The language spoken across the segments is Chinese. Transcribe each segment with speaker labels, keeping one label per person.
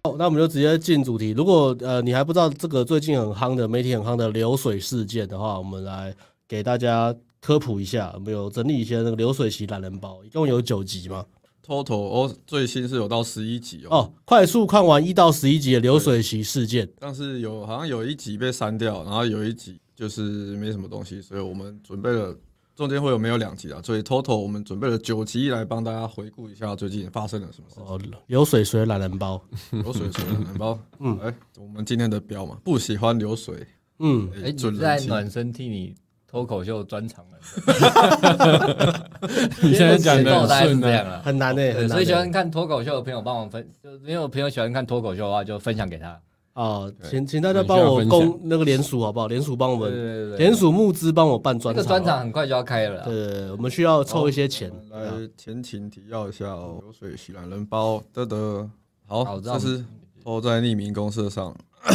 Speaker 1: 好，哦那我们就直接进主题。如果呃你还不知道这个最近很夯的媒体很夯的流水事件的话，我们来给大家科普一下。我们有整理一些那个流水席懒人包，一共有九集嘛。
Speaker 2: Total 哦，最新是有到十一集哦，
Speaker 1: 哦，快速看完一到十一集的流水席事件。
Speaker 2: 但是有好像有一集被删掉，然后有一集就是没什么东西，所以我们准备了中间会有没有两集啊，所以 Total 我们准备了九集来帮大家回顾一下最近发生了什么事。
Speaker 1: 哦，流水水懒人包。
Speaker 2: 流水水暖包，嗯，哎，我们今天的标嘛，不喜欢流水，
Speaker 1: 嗯，
Speaker 2: 哎
Speaker 3: 哎，
Speaker 2: 准
Speaker 3: 你
Speaker 2: 人
Speaker 3: 在
Speaker 2: 气
Speaker 3: 暖身替你脱口秀专场了，
Speaker 4: 你现在讲
Speaker 3: 节奏
Speaker 4: 的
Speaker 3: 大概
Speaker 4: 很
Speaker 3: 是
Speaker 4: 顺
Speaker 3: 这样
Speaker 4: 啊，
Speaker 3: 啊。
Speaker 1: 很难呢、
Speaker 3: 对，
Speaker 1: 很难、
Speaker 3: 所
Speaker 1: 欸。
Speaker 3: 以喜欢看脱口秀的朋友，帮我分，就是没有朋友喜欢看脱口秀的话，就分享给他。
Speaker 1: 哦，请请大家
Speaker 4: 很需
Speaker 1: 帮
Speaker 4: 要
Speaker 1: 我
Speaker 4: 分
Speaker 1: 供
Speaker 4: 享
Speaker 1: 那个联署好不好？联署帮我
Speaker 3: 对
Speaker 1: 们，
Speaker 3: 对对对，
Speaker 1: 联署募资帮我办
Speaker 3: 这
Speaker 1: 专
Speaker 3: 个
Speaker 1: 场。啊
Speaker 3: 专场很哦快就要开了啦。
Speaker 1: 对，我们需要凑一些钱。对啊
Speaker 2: 来前情提要一下哦，流水洗懒人包，得得，好，
Speaker 3: 好
Speaker 2: 这是后在匿名公社上，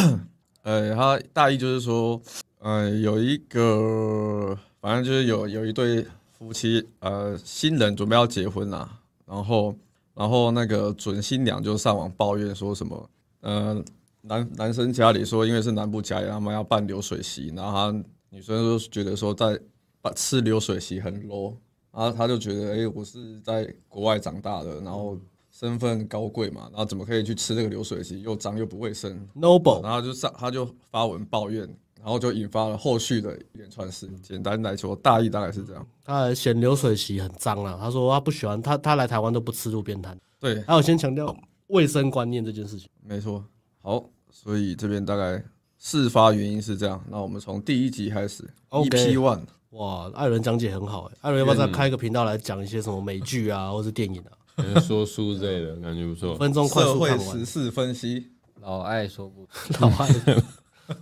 Speaker 2: 呃，他大意就是说，呃，有一个，反正就是有有一对夫妻，呃，新人准备要结婚啦，然后然后那个准新娘就上网抱怨说什么，呃，男男生家里说因为是南部家里，他们要办流水席，然后他女生就觉得说在把吃流水席很 low，然后他就觉得，哎、我是在国外长大的，然后身份高贵嘛，然后怎么可以去吃这个流水席，又脏又不卫生？
Speaker 1: Noble，
Speaker 2: 然后就上他就发文抱怨，然后就引发了后续的一连串事。简单来说，大意大概是这样。
Speaker 1: 他还嫌流水席很脏啊，他说他不喜欢，他他来台湾都不吃路边摊。
Speaker 2: 对，
Speaker 1: 还有先强调卫生观念这件事情。
Speaker 2: 没错。好，所以这边大概事发原因是这样。那我们从第一集开始
Speaker 1: OK
Speaker 2: EP One
Speaker 1: 哇，艾伦讲解很好哎、艾伦要不要再开一个频道来讲一些什么美剧啊，或是电影啊？
Speaker 4: 可能说书之类的，感觉不错
Speaker 1: 五。分钟快
Speaker 2: 社
Speaker 1: 速
Speaker 2: 会
Speaker 1: 看
Speaker 2: 时
Speaker 1: 完，
Speaker 2: 事分析。
Speaker 3: 老爱说不，
Speaker 1: 老艾，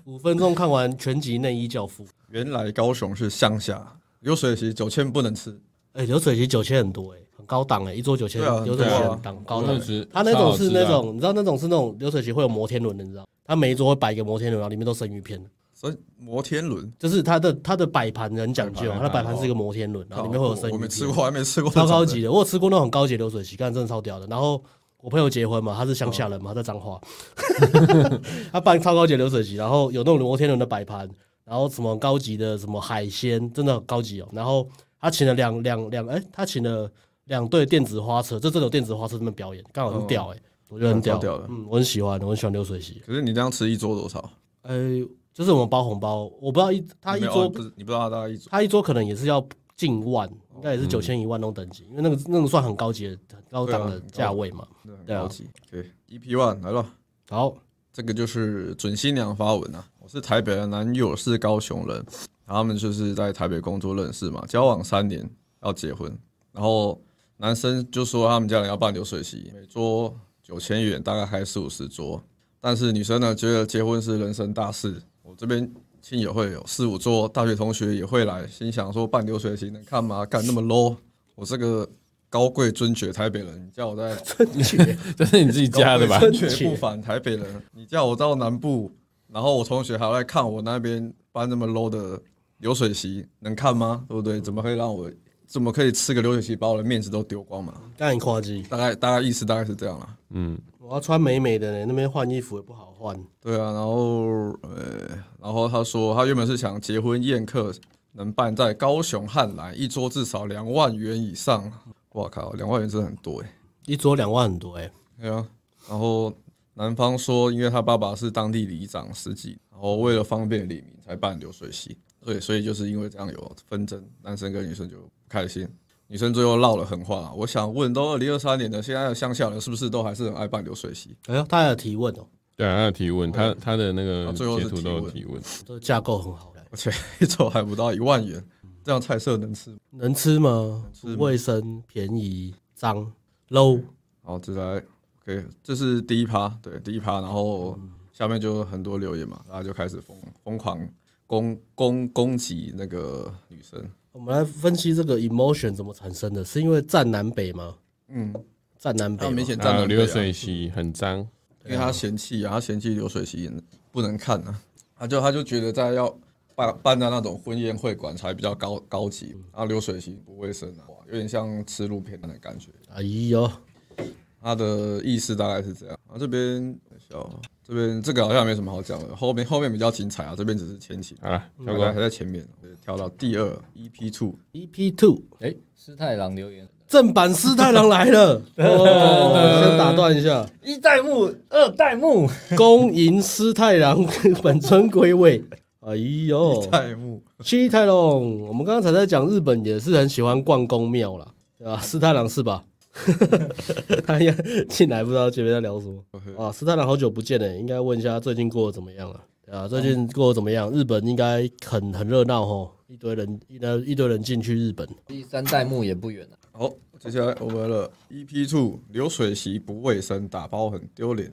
Speaker 1: 五分钟看完全集内衣教父。
Speaker 2: 原来高雄是乡下，流水席九千不能吃。
Speaker 1: 哎、流水席九千很多哎、很高档哎、一桌九千、
Speaker 2: 对啊
Speaker 1: 流水席
Speaker 2: 对啊
Speaker 1: 很档高档
Speaker 4: 那。只
Speaker 1: 他那种是那
Speaker 4: 超好 吃
Speaker 2: 啊
Speaker 1: 种，你知道那种是那种流水席会有摩天轮的，你知道？他每一桌会摆一个摩天轮，然后里面都生鱼片，
Speaker 2: 所以摩天轮，
Speaker 1: 就是他的他的摆盘很讲究啊，他的摆盘是一个摩天轮，然后里面会有生鱼
Speaker 2: 我
Speaker 1: 片。
Speaker 2: 没吃过，还没吃过，
Speaker 1: 超高级。的，我有吃过那种高级流水席，干真的超屌的。然后我朋友结婚嘛，他是乡下人
Speaker 2: 哦
Speaker 1: 嘛，他在彰化， 他办超高级流水席，然后有那种摩天轮的摆盘，然后什么高级的什么海鲜，真的很高级哦。然后他请了两两两，哎、他请了两对电子花车，这真的有电子花车这么表演，刚好很屌哎、我觉得很屌，
Speaker 2: 哦超屌的
Speaker 1: 嗯，我很喜欢，我很喜欢流水席。
Speaker 2: 可是你这样吃一桌多少？
Speaker 1: 哎、就是我们包红包，我不知道一他一
Speaker 2: 你没有
Speaker 1: 桌
Speaker 2: 哦不是你不知道他大概一桌
Speaker 1: 他一桌可能也是要近万，应该也是九千一万那种等级，因为那个那个算很高级的、很高档
Speaker 2: 对
Speaker 1: 的
Speaker 2: 啊
Speaker 1: 价位嘛。
Speaker 2: 真的很
Speaker 1: 对啊
Speaker 2: 高级。对，EP E One 来了，
Speaker 1: 好，
Speaker 2: 这个就是准新娘发文啊。我是台北人，男友是高雄人，他们就是在台北工作认识嘛，交往三年要结婚，然后男生就说他们家人要办流水席，每桌九千元，大概开四五十桌。但是女生呢，觉得结婚是人生大事，我这边亲友会有四五桌，大学同学也会来，心想说办流水席能看吗？干那么 low，我这个高贵尊爵台北人，你叫我在
Speaker 4: 这是你自己加的吧？
Speaker 2: 真绝不凡，台北人。你叫我到南部，然后我同学还来看我那边办那么 low 的流水席，能看吗？对不对？怎么可以让我，怎么可以吃个流水席把我的面子都丢光嘛？
Speaker 1: 干你夸机，
Speaker 2: 大概大概意思大概是这样啦。
Speaker 4: 嗯，
Speaker 1: 我要穿美美的呢，那边换衣服也不好换。
Speaker 2: 对啊，然后呃，然后他说他原本是想结婚宴客能办在高雄汉来，一桌至少两万元以上。哇靠，两万元真的很多哎、
Speaker 1: 一桌两万很多哎、
Speaker 2: 对啊，然后男方说，因为他爸爸是当地里长十几，然后为了方便李明才办流水席，对，所以就是因为这样有纷争，男生跟女生就不开心。女生最后落了狠话，我想问，都二零二三年了，现在的乡下人是不是都还是很爱办流水席？
Speaker 1: 哎呦，他还有提问哦，
Speaker 4: 对啊，他有提问，他他的那
Speaker 2: 啊
Speaker 4: 个
Speaker 2: 最后
Speaker 4: 截
Speaker 2: 是
Speaker 4: 图
Speaker 2: 提
Speaker 4: 都有
Speaker 2: 问
Speaker 4: 提问，
Speaker 1: 这个架构很好，
Speaker 2: 而且一周还不到一万元，这样菜色能吃吗？
Speaker 1: 能吃吗？
Speaker 2: 吃吗
Speaker 1: 不卫生、便宜、脏、low。
Speaker 2: 好，接下来，OK，这是第一趴，对，第一趴，然后下面就很多留言嘛，大家就开始疯疯狂攻攻攻击那个女生，
Speaker 1: 我们来分析这个 emotion 怎么产生的，是因为站南北吗？
Speaker 2: 嗯，
Speaker 1: 站南北
Speaker 2: 他
Speaker 1: 吗
Speaker 2: 明显
Speaker 5: 啊
Speaker 2: 占
Speaker 4: 还
Speaker 2: 了
Speaker 4: 有流啊水，席很脏，
Speaker 2: 啊因为他嫌弃啊，他嫌弃流水席不能看啊，他就他就觉得在要办办在那种婚宴会馆才比较高高级，啊，流水席不卫生啊，哇有点像吃路边摊的感觉。
Speaker 1: 哎呦，
Speaker 2: 他的意思大概是这样。啊，这边等一下哦这边这个好像没什么好讲的，后面后面比较精彩啊，这边只是前情，
Speaker 4: 好了，
Speaker 2: 大
Speaker 4: 跳
Speaker 2: 概
Speaker 4: 过
Speaker 2: 还在前面，我就跳到第二 EP Two，
Speaker 1: EP，E Two
Speaker 3: 哎，师太郎留言，
Speaker 1: 正版四太郎来了， 哦，先打断一下，
Speaker 3: 一代目、二代目，
Speaker 1: 恭迎师太郎本尊归位。哎呦，
Speaker 2: 太幕
Speaker 1: 七太龙，我们刚才在讲日本也是很喜欢逛宫庙啦，对吧？师太郎是吧？ 他也进来不知道前面在聊什么啊！师太郎好久不见了，应该问一下最近过得怎么样啊？对啊，最近过得怎么样？日本应该很很热闹吼，一堆人一一堆人进去日本。
Speaker 3: 第三代目也不远啊了。
Speaker 2: 好，接下来我们了 EP Two 流水席不卫生，打包很丢脸，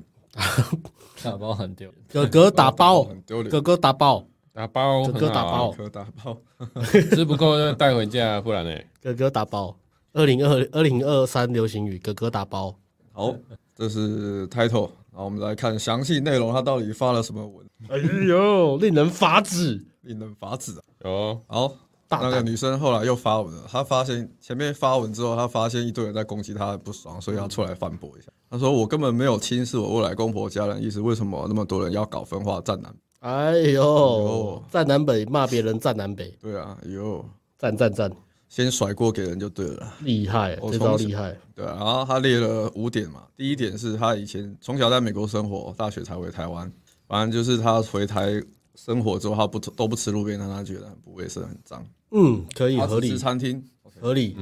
Speaker 3: 打包很丢人，
Speaker 1: 哥哥打包，
Speaker 2: 很丢脸
Speaker 1: 哥，哥打包，
Speaker 4: 打包，
Speaker 1: 哥哥
Speaker 4: 很好啊
Speaker 1: 打包
Speaker 2: 可打包，
Speaker 4: 吃不够就带回家，不然呢？
Speaker 1: 哥哥打包。二零二二零二三流行语，哥哥打包。
Speaker 2: 好，这是 title，然后我们来看详细内容，它到底发了什么文，
Speaker 1: 哎呦，令人发指！
Speaker 2: 令人发指啊！
Speaker 4: 有哦
Speaker 2: 好，
Speaker 1: 大胆
Speaker 2: 那个女生后来又发文了，她发现前面发文之后，她发现一堆人在攻击她不爽，所以她出来反驳一下。她说：“我根本没有轻视我未来公婆家人意思，为什么那么多人要搞分化站南？
Speaker 1: 哎呦
Speaker 2: 呦，
Speaker 1: 站南北骂别人，站南北，
Speaker 2: 对啊，哟，
Speaker 1: 站站站，
Speaker 2: 先甩锅给人就对了啦。
Speaker 1: 厉害，
Speaker 2: 我
Speaker 1: 这招
Speaker 2: 从
Speaker 1: 厉害。
Speaker 2: 对啊，然后她列了五点嘛，第一点是她以前从小在美国生活，大学才回台湾，反正就是她回台生活之后，她不都不吃路边摊，她觉得很不卫生，很脏，
Speaker 1: 嗯，可以，
Speaker 2: 她
Speaker 1: 合
Speaker 2: 只
Speaker 1: 理
Speaker 2: 吃，餐厅。
Speaker 1: 合理，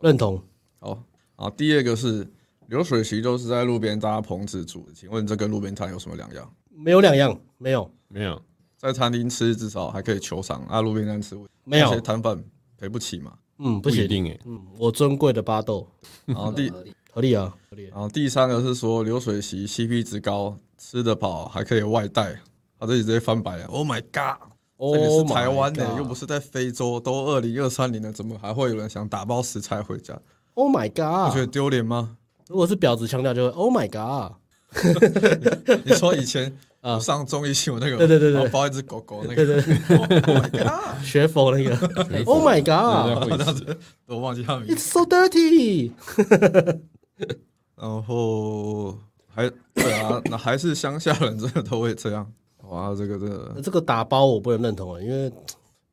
Speaker 1: 认同。
Speaker 2: 好啊，第二个是流水席都是在路边搭棚子煮，请问这跟路边摊有什么两样？
Speaker 1: 没有两样，没有，
Speaker 4: 没有，
Speaker 2: 在餐厅吃至少还可以求偿，啊，路边摊吃
Speaker 1: 没
Speaker 2: 那些
Speaker 1: 有，
Speaker 2: 摊贩赔不起嘛。
Speaker 1: 嗯，不
Speaker 4: 不一
Speaker 1: 行，
Speaker 4: 定哎。
Speaker 1: 嗯，我尊贵的巴豆，
Speaker 2: 然后第
Speaker 1: 合理啊，合理，
Speaker 2: 然后第三个是说流水席 CP 值高，吃得饱还可以外带，他这里直接翻白了。Oh my god！这里
Speaker 1: Oh
Speaker 2: 是台湾呢、又不
Speaker 1: 是
Speaker 2: 是在非洲，都二零二三年了，怎么还会有人想打包食材回家？
Speaker 1: ，Oh my
Speaker 2: 不觉得
Speaker 1: God！
Speaker 2: 丢 脸吗？
Speaker 1: 如果是婊子腔调，就会 Oh my God！
Speaker 2: 你说以前
Speaker 1: 啊
Speaker 2: 我上综艺新闻那个，
Speaker 1: 对对对对
Speaker 2: 然后包一只狗狗那
Speaker 1: 对对
Speaker 2: 个，
Speaker 1: 对，
Speaker 2: Oh my god！
Speaker 1: 学佛那个，Oh my
Speaker 4: 人
Speaker 1: God！It's
Speaker 4: 家会死
Speaker 2: 我忘记他名字。
Speaker 1: so dirty。
Speaker 2: 然后还对啊，那还是乡下人真的都会这样。哇，这个真的
Speaker 1: 这个打包我不能认同啊，因为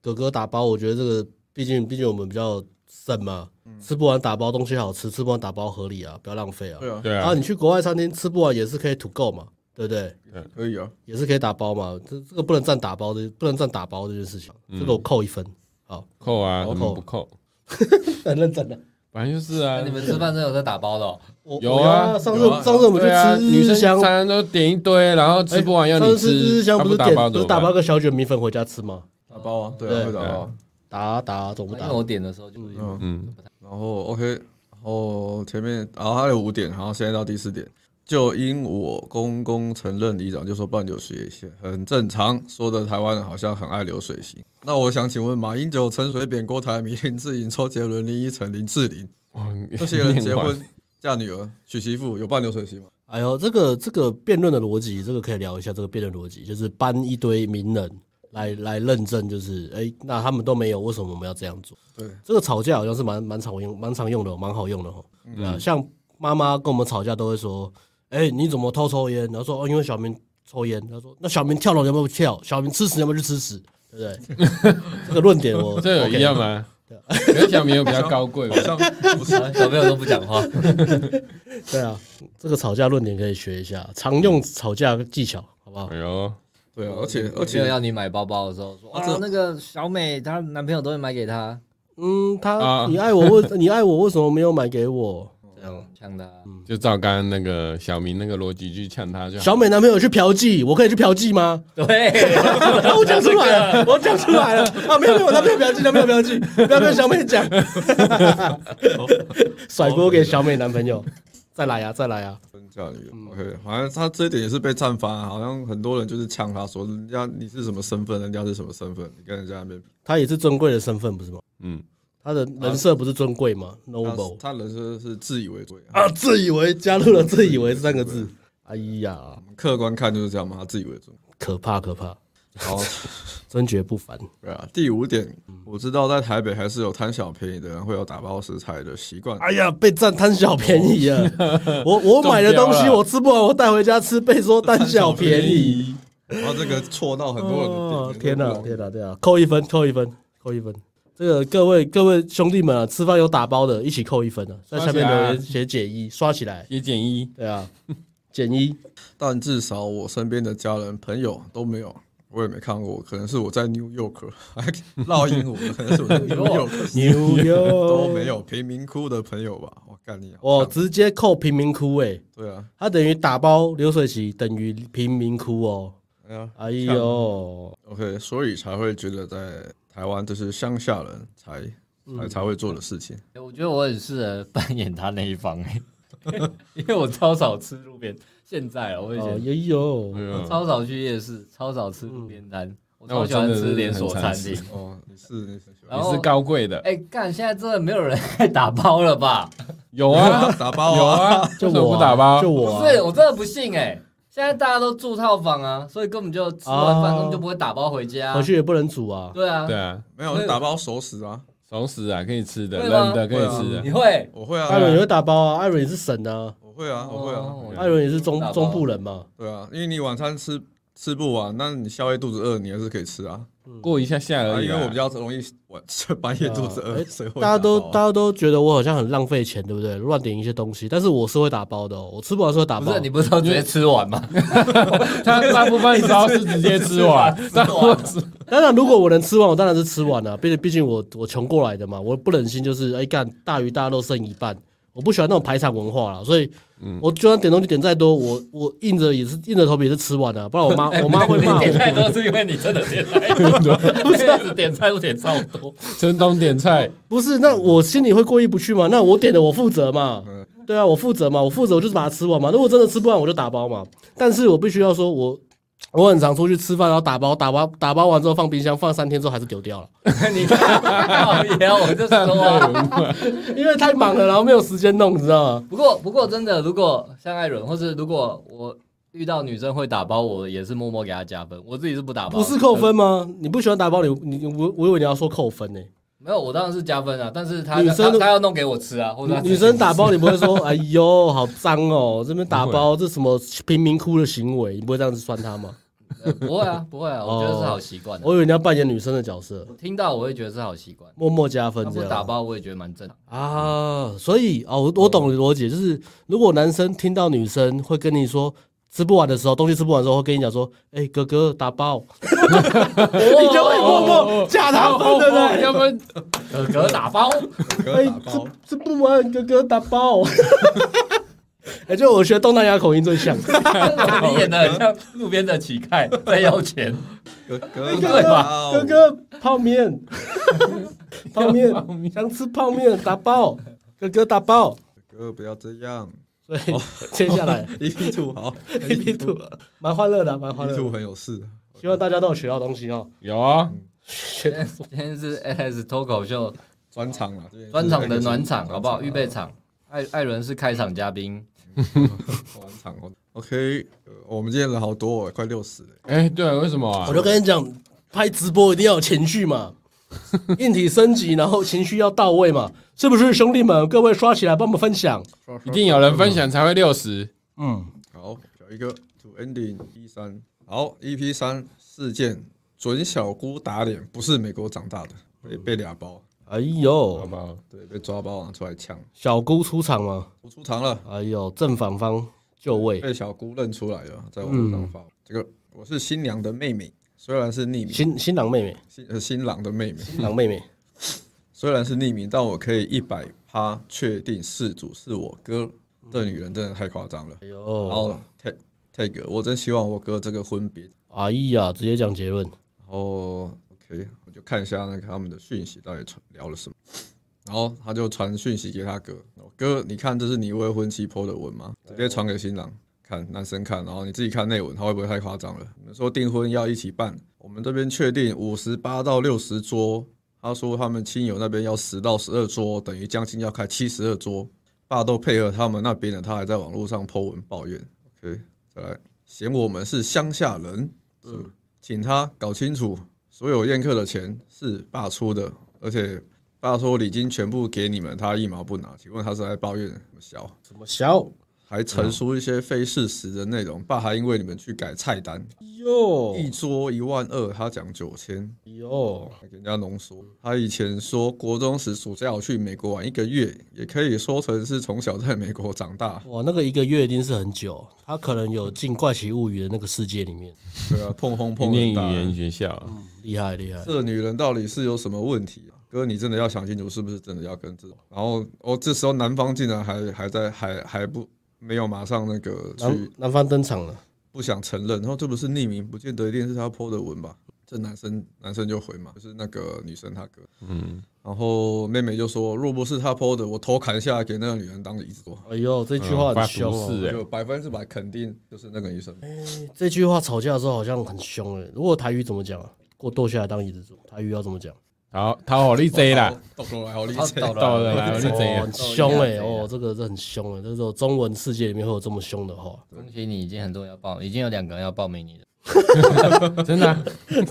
Speaker 1: 哥哥打包，我觉得这个毕竟毕竟我们比较省嘛，吃不完打包东西好吃，吃不完打包合理啊，不要浪费啊。
Speaker 2: 对啊，
Speaker 4: 对
Speaker 1: 然
Speaker 4: 啊
Speaker 1: 后，你去国外餐厅吃不完也是可以土购嘛，对不对？
Speaker 2: 可以啊。
Speaker 1: 也是可以打包嘛，这这个不能占打包的，不能占打包这件事情，
Speaker 4: 嗯
Speaker 1: 这个我扣一分。好，
Speaker 4: 扣啊，
Speaker 1: 扣
Speaker 4: 怎么不扣？
Speaker 1: 很认真的。
Speaker 4: 反正就是啊
Speaker 3: 那你，们吃饭真的有在打包的哦？
Speaker 1: 我
Speaker 4: 有
Speaker 1: 我
Speaker 4: 啊
Speaker 1: 要上次
Speaker 2: 有啊
Speaker 1: 上次我们去
Speaker 4: 对啊，
Speaker 1: 吃
Speaker 4: 女
Speaker 1: 日
Speaker 4: 生
Speaker 1: 香，哎
Speaker 4: 常常都点一堆，然后吃不完要
Speaker 1: 上
Speaker 4: 你
Speaker 1: 次日
Speaker 4: 吃，
Speaker 1: 日香
Speaker 4: 他
Speaker 1: 不是
Speaker 4: 打包
Speaker 1: 点不
Speaker 4: 怎
Speaker 1: 是
Speaker 4: 么
Speaker 1: 打包
Speaker 4: 办？
Speaker 1: 个小卷米粉回家吃吗？
Speaker 2: 打包啊，对
Speaker 1: 对
Speaker 2: 啊，会打包啊。
Speaker 1: 打打总不
Speaker 3: 因
Speaker 1: 打
Speaker 3: 为？我点的时候就是 有
Speaker 4: 嗯，
Speaker 2: 然后 OK，然后前面然后还有五点，然后现在到第四点，就因我公公承认里长就说办流水席很正常，说的台湾人好像很爱流水席。那我想请问，马英九、陈水扁、郭台铭、林 志颖、周杰伦、林依晨、林志玲
Speaker 4: 哇你
Speaker 2: 这些人结
Speaker 4: 念完
Speaker 2: 婚嫁女儿、娶媳妇有办流水席吗？
Speaker 1: 哎呦，这个这个辩论的逻辑，这个可以聊一下。这个辩论逻辑就是搬一堆名人来来认证，就是哎、那他们都没有，为什么我们要这样做？
Speaker 2: 对，
Speaker 1: 这个吵架好像是蛮蛮常用、蛮常用的哦，蛮好用的哦。对啊，像妈妈跟我们吵架都会说：“哎、你怎么偷抽烟？”然后说：“哦，因为小明抽烟。”他说：“那小明跳楼你要不要去跳？小明吃屎你要不要去吃屎？”对不对？ 这个论点我
Speaker 4: 这有
Speaker 1: OK
Speaker 4: 一样 吗？可是小明有比较高贵吧
Speaker 2: 好？像不是。
Speaker 3: 小朋友都不讲 话，
Speaker 1: 对啊，这个吵架论点可以学一下，常用吵架技巧，好不好？
Speaker 4: 哎呦，
Speaker 2: 对啊，而且而
Speaker 3: 哦没有
Speaker 2: 且
Speaker 3: 要你买包包的时候说，
Speaker 2: 啊
Speaker 3: 啊，
Speaker 2: 这
Speaker 3: 那个小美她男朋友都会买给她，
Speaker 1: 嗯，他、
Speaker 4: 啊
Speaker 1: 你爱我为 你爱我为什么没有买给我？
Speaker 3: 这
Speaker 4: 嗯
Speaker 3: 样呛啊她。
Speaker 4: 就照刚刚那个小明那个逻辑去呛他就
Speaker 2: 啊
Speaker 4: 好。
Speaker 1: 小美男朋友去嫖妓，我可以去嫖妓 吗？
Speaker 3: 对，
Speaker 1: 我讲出来了，我讲出来了啊！没有没有，他没有嫖妓，他没有嫖 妓，不要跟小美讲，甩锅给小美男朋友，再来呀、啊再来呀、
Speaker 2: 真嫁女
Speaker 3: 嗯
Speaker 2: 儿，OK，反正他这一点也是被赞翻，好像很多人就是呛他说，人家你是什么身份，人家是什么身份，你跟人家那边比
Speaker 1: 他也是尊贵的身份，不是吗？
Speaker 4: 嗯，
Speaker 1: 他的人设不是尊贵吗
Speaker 2: 他
Speaker 1: ？noble
Speaker 2: 他人生是自以为对啊，
Speaker 1: 啊，自以为加入了“自以为”三个字，哎呀，
Speaker 2: 客观看就是这样嘛，他自以为对。
Speaker 1: 可怕可怕，
Speaker 2: 好，
Speaker 1: 真绝不凡。
Speaker 2: 对啊，第五点，我知道在台北还是有贪小便宜的人会有打包食材的习惯。
Speaker 1: 哎呀，被占贪小便 宜啊！我我买的东
Speaker 4: 中
Speaker 1: 西
Speaker 4: 标了
Speaker 1: 我吃不完，我带回家吃，被说贪小便宜。，
Speaker 2: 然后这个戳到很多人的
Speaker 1: 哦
Speaker 2: 点。
Speaker 1: 天
Speaker 2: 哪
Speaker 1: 哪，，天哪，对啊，扣一分，扣一分，扣一分。这个各位各位兄弟们啊，吃饭有打包的，一起扣一分啊，在下面留言写减一，刷起来。
Speaker 4: 也减一，
Speaker 1: 对 啊，减一。
Speaker 2: 但至少我身边的家人朋友都没有，我也没看过，可能是我在 New York 还烙英文，可能是我在 New York
Speaker 1: 牛牛
Speaker 2: 都 没。有贫民窟的朋友吧？我干你啊！
Speaker 1: 我哦直接扣贫民窟诶、
Speaker 2: 对啊，
Speaker 1: 他等于打包流水席等于贫民窟哦。
Speaker 2: 哎呀
Speaker 1: 哎呦，
Speaker 2: ，OK，所以才会觉得在台湾这是乡下人才
Speaker 1: 嗯
Speaker 2: 才才会做的事情。
Speaker 3: 欸我觉得我很适合扮演他那一方 哎、因为我超少吃路边，现在啊，我以
Speaker 1: 哦，
Speaker 3: 前、
Speaker 1: 哎呦，
Speaker 3: 我超少去夜市，超少吃路边摊，我
Speaker 4: 嗯那我
Speaker 3: 超喜欢
Speaker 4: 真的
Speaker 3: 吃
Speaker 4: 是
Speaker 3: 连
Speaker 4: 很
Speaker 3: 锁
Speaker 4: 常
Speaker 3: 餐
Speaker 4: 吃
Speaker 3: 厅。
Speaker 2: 哦，你是你是喜欢，
Speaker 3: 然
Speaker 4: 你
Speaker 3: 后
Speaker 4: 是高贵
Speaker 1: 哦
Speaker 4: 的，
Speaker 3: 哎，干、现在真的没有人在打包 了吧？
Speaker 4: 有啊
Speaker 2: 打包
Speaker 4: 有
Speaker 2: 啊，
Speaker 4: 啊，
Speaker 1: 就
Speaker 4: 为什
Speaker 1: 我
Speaker 4: 么
Speaker 1: 啊
Speaker 4: 不打包
Speaker 1: 哎就？我
Speaker 3: 不
Speaker 1: 啊、
Speaker 3: 是，我真的不信哎、现在大家都住套房啊，所以根本就吃完饭
Speaker 1: 哦
Speaker 3: 根本就不会打包回家、
Speaker 1: 回去也不能煮啊。
Speaker 3: 啊对啊，
Speaker 4: 对啊，
Speaker 2: 没有打包熟食啊，
Speaker 4: 熟食啊，可以吃的，
Speaker 3: 会吗
Speaker 4: 冷的可以吃
Speaker 3: 你
Speaker 4: 的，
Speaker 3: 会
Speaker 2: 我会
Speaker 1: 艾
Speaker 2: 啊，
Speaker 1: 伦也会打包啊，艾伦也是省啊，
Speaker 2: 我会啊，我会啊，
Speaker 3: 哦
Speaker 1: 艾伦也是中
Speaker 3: 打包
Speaker 1: 中部人嘛。
Speaker 2: 对啊，因为你晚餐吃吃不完，那你宵夜肚子饿，你还是可以吃啊。
Speaker 4: 过一下下
Speaker 2: 啊
Speaker 4: 而已
Speaker 2: 因
Speaker 4: 啦。
Speaker 2: 为我比较容易晚 半夜肚子饿，所以会
Speaker 1: 大家都
Speaker 2: 打包啊
Speaker 1: 大家都觉得我好像很浪费钱，对不对？乱点一些东西，但是我是会打包的、哦，我吃不完是会打
Speaker 4: 啊
Speaker 3: 不
Speaker 1: 包
Speaker 3: 是。啊你不是都直接吃完吗？
Speaker 4: 他大部分时候是直接吃 完，大部分是
Speaker 1: 当然，如果我能吃完，我当然是吃完啊了、毕竟毕竟我我穷过来的嘛，我不忍心就是哎干大鱼大肉剩一半，我不喜欢那种排场文化啦，所以。我就算点东西点再多，我我硬着也是硬着头皮也是吃完啊了、不然我妈我妈会骂
Speaker 3: 你点
Speaker 1: 我。
Speaker 3: 菜都是因为你真的 点太多，不是点菜都点超多。
Speaker 4: 陈东点菜，
Speaker 1: 不是，那我心里会过意不去嘛？那我点的我负责嘛
Speaker 2: 嗯？
Speaker 1: 对啊，我负责嘛，我负责我就是把它吃完嘛。如果真的吃不完，我就打包嘛。但是我必须要说我，我很常出去吃饭，然后打包打包打包完之后放冰箱，放三天之后还是丢掉了，
Speaker 3: 你看，靠爷，我就说啊。
Speaker 1: 因为太忙了，然后没有时间弄，你知道吗？
Speaker 3: 不过，不过真的，如果像艾伦，或是如果我遇到女生会打包，我也是默默给她加分。我自己是不打包，
Speaker 1: 不是扣，分吗？你不喜欢打包你你我我以为你要说扣分呢、
Speaker 3: 没有，我当然是加分啊。但是她
Speaker 1: 女生
Speaker 3: 她她要弄给我吃啊，或者她自己
Speaker 1: 女生打包你不会说哎呦好脏哦，这边打
Speaker 4: 不会
Speaker 1: 包这什么贫民窟的行为，你不会这样子酸她吗？
Speaker 3: 呃不会啊，不会啊，我觉得是好习惯的。
Speaker 1: 我以为你要扮演女生的角色，
Speaker 3: 我听到我会觉得是好习惯，
Speaker 1: 默默加分
Speaker 3: 她
Speaker 1: 哦这
Speaker 3: 不
Speaker 1: 样。
Speaker 3: 打包我也觉得蛮正常。
Speaker 1: 啊，所以哦，我我懂你的逻辑，就是如果男生听到女生会跟你说吃不完的时候，东西吃不完的时候，会跟你讲说，哎、哥哥打包， 哦你就会默默加他分，
Speaker 3: 哦
Speaker 1: 对不对？
Speaker 4: 要不然
Speaker 3: 哥哥呃打包，
Speaker 1: 哎、
Speaker 2: 可以打包。
Speaker 1: 吃吃不完，哥哥打包。 哎、就我学东南亚口音最 像，
Speaker 3: 你演的很像路边的乞丐在要钱。
Speaker 2: 哥哥哦
Speaker 1: 哥
Speaker 2: 打包
Speaker 1: 哥，哥泡面， 泡面哦想吃泡面打包，哥哥打包。
Speaker 2: 哥哥不要这样。
Speaker 1: 所以接下 来
Speaker 2: 一 P 兔好
Speaker 1: A P 图蛮欢乐的，啊蛮欢
Speaker 2: ，P
Speaker 1: 乐的
Speaker 2: 兔。很有事。
Speaker 1: 希望大家都有学到东西哦。
Speaker 4: 有啊，
Speaker 1: 学到
Speaker 3: 今天是 AS 脱口秀
Speaker 2: 专场啊，这边是
Speaker 3: 专场的暖场，
Speaker 2: 专
Speaker 3: 好不好？
Speaker 2: 啊
Speaker 3: 预备场，艾艾伦是开场嘉宾，
Speaker 2: 暖场哦。OK，呃我们今天人好多哦，快六十了。
Speaker 4: 哎，对，为什么啊
Speaker 1: 我？就跟你讲，拍直播一定要有情绪 嘛，硬体升级，然后情绪要到位嘛，是不是兄弟们？各位刷起来帮我们分享。
Speaker 4: 一定有人分享才会六十，
Speaker 1: 嗯，
Speaker 2: 好，小一个 To Ending 一三，好 EP 三事件，准小姑打脸，不是美国长大的，被被俩包，
Speaker 1: 哎
Speaker 4: 好
Speaker 1: 呦，
Speaker 4: 不好？
Speaker 2: 对，被抓包拿出来呛，
Speaker 1: 小姑出场嘛，
Speaker 2: 我出场了。
Speaker 1: 哎呦，正反方就位，
Speaker 2: 被小姑认出来了，在网络上发、这个我是新娘的妹妹，虽然是匿名，
Speaker 1: 新新郎妹妹，
Speaker 2: 新呃新郎的妹妹，
Speaker 1: 新郎妹妹，
Speaker 2: 虽然是匿名，但我可以一百趴确定事主是我哥。这女人真的太夸张了。
Speaker 1: 哎
Speaker 2: 然
Speaker 1: 呦，
Speaker 2: 后 tag tag，我真希望我哥这个婚别。
Speaker 1: 哎呀，直接讲结论，
Speaker 2: 然后 OK，我就看一下那个他们的讯息到底传聊了什么。然后他就传讯息给他哥，我哥，你看这是你未婚妻 PO 的文吗？直接传给新郎看，男生看，然后你自己看内文，他会不会太夸张了？你们说订婚要一起办，我们这边确定五十八到六十桌，他说他们亲友那边要十到十二桌，等于将近要开七十二桌，爸都配合他们那边的，他还在网络上 PO 文抱怨。OK，再来，嫌我们是乡下人，嗯，请他搞清楚，所有宴客的钱是爸出的，而且爸说礼金全部给你们，他一毛不拿。请问他是在抱怨什么小？
Speaker 1: 怎么小？
Speaker 2: 还陈述一些非事实的内容。爸还因为你们去改菜单，
Speaker 1: 哟
Speaker 2: 一桌一万二，他讲九千，
Speaker 1: 哟，
Speaker 2: 还给人家浓缩。他以前说国中时暑假我去美国玩一个月，也可以说成是从小在美国长大。
Speaker 1: 哇，那个一个月一定是很久，他可能有进《怪奇物语》的那个世界里面，
Speaker 2: 对啊，碰轰碰
Speaker 4: 念
Speaker 2: 很
Speaker 4: 语
Speaker 2: 大。
Speaker 4: 言学校啊，
Speaker 1: 厉害厉害。
Speaker 2: 这女人到底是有什么问题啊？哥，你真的要想清楚，是不是真的要跟这种？然后哦，这时候男方竟然还还在还还不没有马上那个去
Speaker 1: 南南方登场了，
Speaker 2: 不想承认，然后这不是匿名，不见得一定是他 PO 的文吧？这男生男生就回嘛，就是那个女生她哥，
Speaker 4: 嗯，
Speaker 2: 然后妹妹就说，若不是他 PO 的，我头砍下来给那个女人当椅子坐。
Speaker 1: 哎呦，这句话
Speaker 4: 发
Speaker 1: 很凶
Speaker 4: 毒
Speaker 1: 哦
Speaker 4: 誓。
Speaker 2: 就百分之百肯定就是那个女生，
Speaker 1: 这句话吵架的时候好像很凶哎，如果台语怎么讲啊？给我剁下来当椅子坐，台语要怎么讲？
Speaker 4: 好，讨好你贼啦，
Speaker 2: 倒过来好厉
Speaker 3: 他
Speaker 2: 害，
Speaker 4: 到了啦，
Speaker 3: 来，
Speaker 4: 你
Speaker 1: 哦，
Speaker 4: 贼啊
Speaker 1: 很，凶哎，
Speaker 3: 哦一样
Speaker 1: 哦，这个是很凶哎，这种中文世界里面会有这么凶的话，
Speaker 3: 恭喜你已经很多人要报，已经有两个人要报名你了。
Speaker 4: 真的啊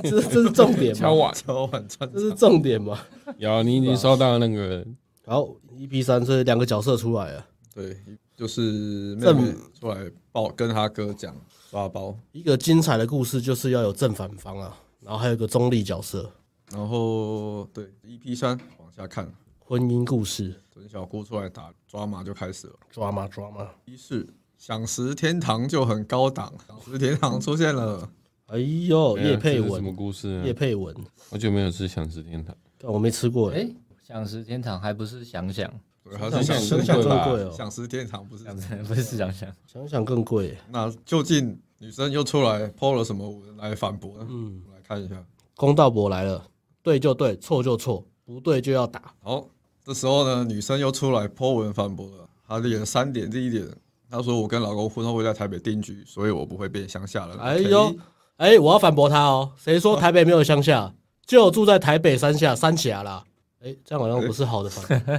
Speaker 1: 这这是重点
Speaker 4: 敲
Speaker 1: 吗？
Speaker 4: 碗。
Speaker 2: 敲碗穿
Speaker 1: 这是重点吗？
Speaker 4: 有，你已经收到那个
Speaker 1: 好，EP 三，所以两个角色出来了，
Speaker 2: 对，就是妹妹出来抱跟他哥讲抓包，
Speaker 1: 一个精彩的故事就是要有正反方啊，然后还有一个中立角色，
Speaker 2: 然后对 EP 三往下看，
Speaker 1: 婚姻故事，
Speaker 2: 准小姑出来打抓马就开始了。
Speaker 1: 抓吗抓吗？
Speaker 2: 一是想食天堂就很高档，想食天堂出现了，
Speaker 1: 哎呦，
Speaker 4: 哎呀
Speaker 1: 叶佩
Speaker 4: 这是什么
Speaker 1: 文，
Speaker 4: 故事啊
Speaker 1: 叶？佩文，
Speaker 4: 好久没有吃享食天堂，
Speaker 1: 干我没吃过哎，
Speaker 3: 哎，想食天堂还不是想想，
Speaker 2: 对，他
Speaker 4: 想
Speaker 2: 是想
Speaker 4: 食更
Speaker 1: 想
Speaker 2: 食
Speaker 1: 想
Speaker 4: 贵
Speaker 1: 更
Speaker 4: 吧
Speaker 1: 贵哦，
Speaker 2: 想食天堂不是？
Speaker 3: 不 是想想，
Speaker 1: 想想更贵哎，
Speaker 2: 那究竟女生又出来抛了什么文来反驳呢？嗯，我们来看一下。
Speaker 1: 公道博来了，对就对，错就错，不对就要打，
Speaker 2: 好，这时候呢，女生又出来抛文反驳了，她列了三点。第一点，她说我跟老公婚后会在台北定居，所以我不会变乡下人。
Speaker 1: 哎呦，哎，我要反驳他哦，谁
Speaker 4: 啊
Speaker 1: 说台北没有乡下？就有住在台北山下三峡啦。哎，这样好像不是好的反 驳。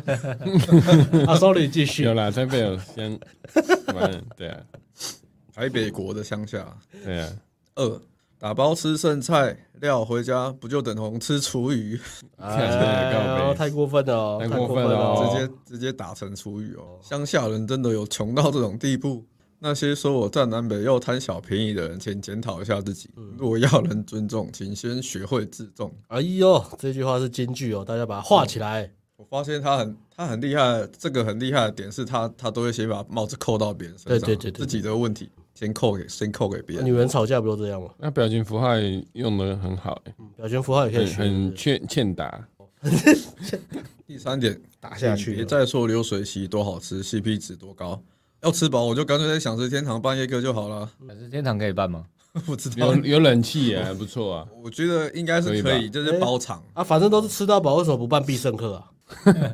Speaker 1: 啊，sorry，继续
Speaker 4: 有。啦，台北有香，蛮对啊，
Speaker 2: 台北国的乡下。
Speaker 4: 对啊，
Speaker 2: 二，打包吃剩菜料回家，不就等同吃厨余？
Speaker 4: 哎
Speaker 1: 哎呦太过分了哦，
Speaker 4: 太
Speaker 1: 太
Speaker 4: 过
Speaker 1: 过
Speaker 4: 分了哦
Speaker 2: 直接直接打成厨余哦。乡下人真的有穷到这种地步？那些说我占南北又贪小便宜的人，请检讨一下自己。
Speaker 1: 嗯
Speaker 2: 若要人尊重，请先学会自重。
Speaker 1: 哎呦，这句话是金句哦，大家把它画起来。
Speaker 2: 我发现他很他很厉害，这个很厉害的点是他他都会先把帽子扣到别人身上，
Speaker 1: 对对对对对啊
Speaker 2: 自己的问题先扣给先扣给
Speaker 4: 嗯
Speaker 2: 别人
Speaker 1: 女。人吵架不都这样吗？
Speaker 4: 那表情符号也用的很好、欸，
Speaker 1: 表情符号也可以
Speaker 4: 很
Speaker 1: 学，
Speaker 4: 很欠欠打，
Speaker 2: 第三点，
Speaker 1: 打
Speaker 2: 打
Speaker 1: 下去
Speaker 2: 别
Speaker 1: 了。
Speaker 2: 再说流水席多好吃，CP 值多高。要吃饱我就干脆在想吃天堂办夜歌就好了。
Speaker 3: 想食天堂可以办吗？
Speaker 2: 不知道
Speaker 4: 有，有冷气也还不错 啊。
Speaker 2: 我觉得应该是可以，
Speaker 4: 可以
Speaker 2: 就是包场。
Speaker 1: 啊，反正都是吃到饱，为什么不办必胜 客啊？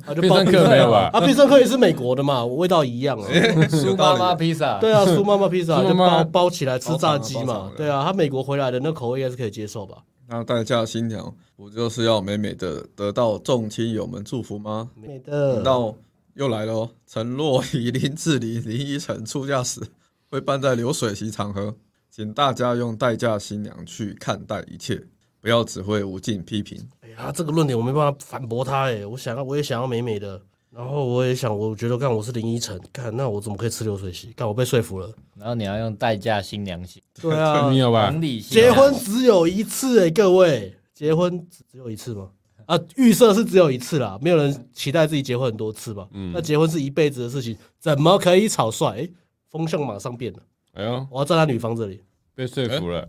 Speaker 1: 啊，就
Speaker 4: 必
Speaker 1: 报
Speaker 4: 胜客没有吧
Speaker 1: 啊，必胜客也是美国的嘛，味道一 样啊。
Speaker 3: 苏妈妈披萨，
Speaker 1: 对啊， 苏妈妈披萨
Speaker 4: 苏
Speaker 1: 就
Speaker 4: 妈妈
Speaker 1: 包包起来吃炸鸡
Speaker 2: 包场啊包
Speaker 1: 嘛
Speaker 2: 场。
Speaker 1: 对啊，他美国回来的那口味应该是可以接受吧？
Speaker 2: 那待嫁新娘不就是要美美的得到众亲友们祝福吗？
Speaker 1: 美
Speaker 2: 等
Speaker 1: 的，
Speaker 2: 到又来了哦，陈若仪、林志玲、林依晨出嫁时会办在流水席场合，请大家用待嫁新娘去看待一切，不要只会无尽批评。
Speaker 1: 哎呀，这个论点我没办法反驳他哎，我想要，我也想要美美的。然后我也想，我觉得干我是林依晨，干那我怎么可以吃流水席？干我被说服了。
Speaker 3: 然后你要用代驾新娘型，
Speaker 1: 对 啊，
Speaker 4: 你有吧？
Speaker 3: 同理心
Speaker 1: 结婚只有一次哎、各位，结婚只只有一次吗？啊，预设是只有一次啦，没有人期待自己结婚很多次吧？那结婚是一辈子的事情，怎么可以草率？哎、风向马上变了，
Speaker 4: 哎呦，
Speaker 1: 我要站在女方这里。
Speaker 4: 被说服了。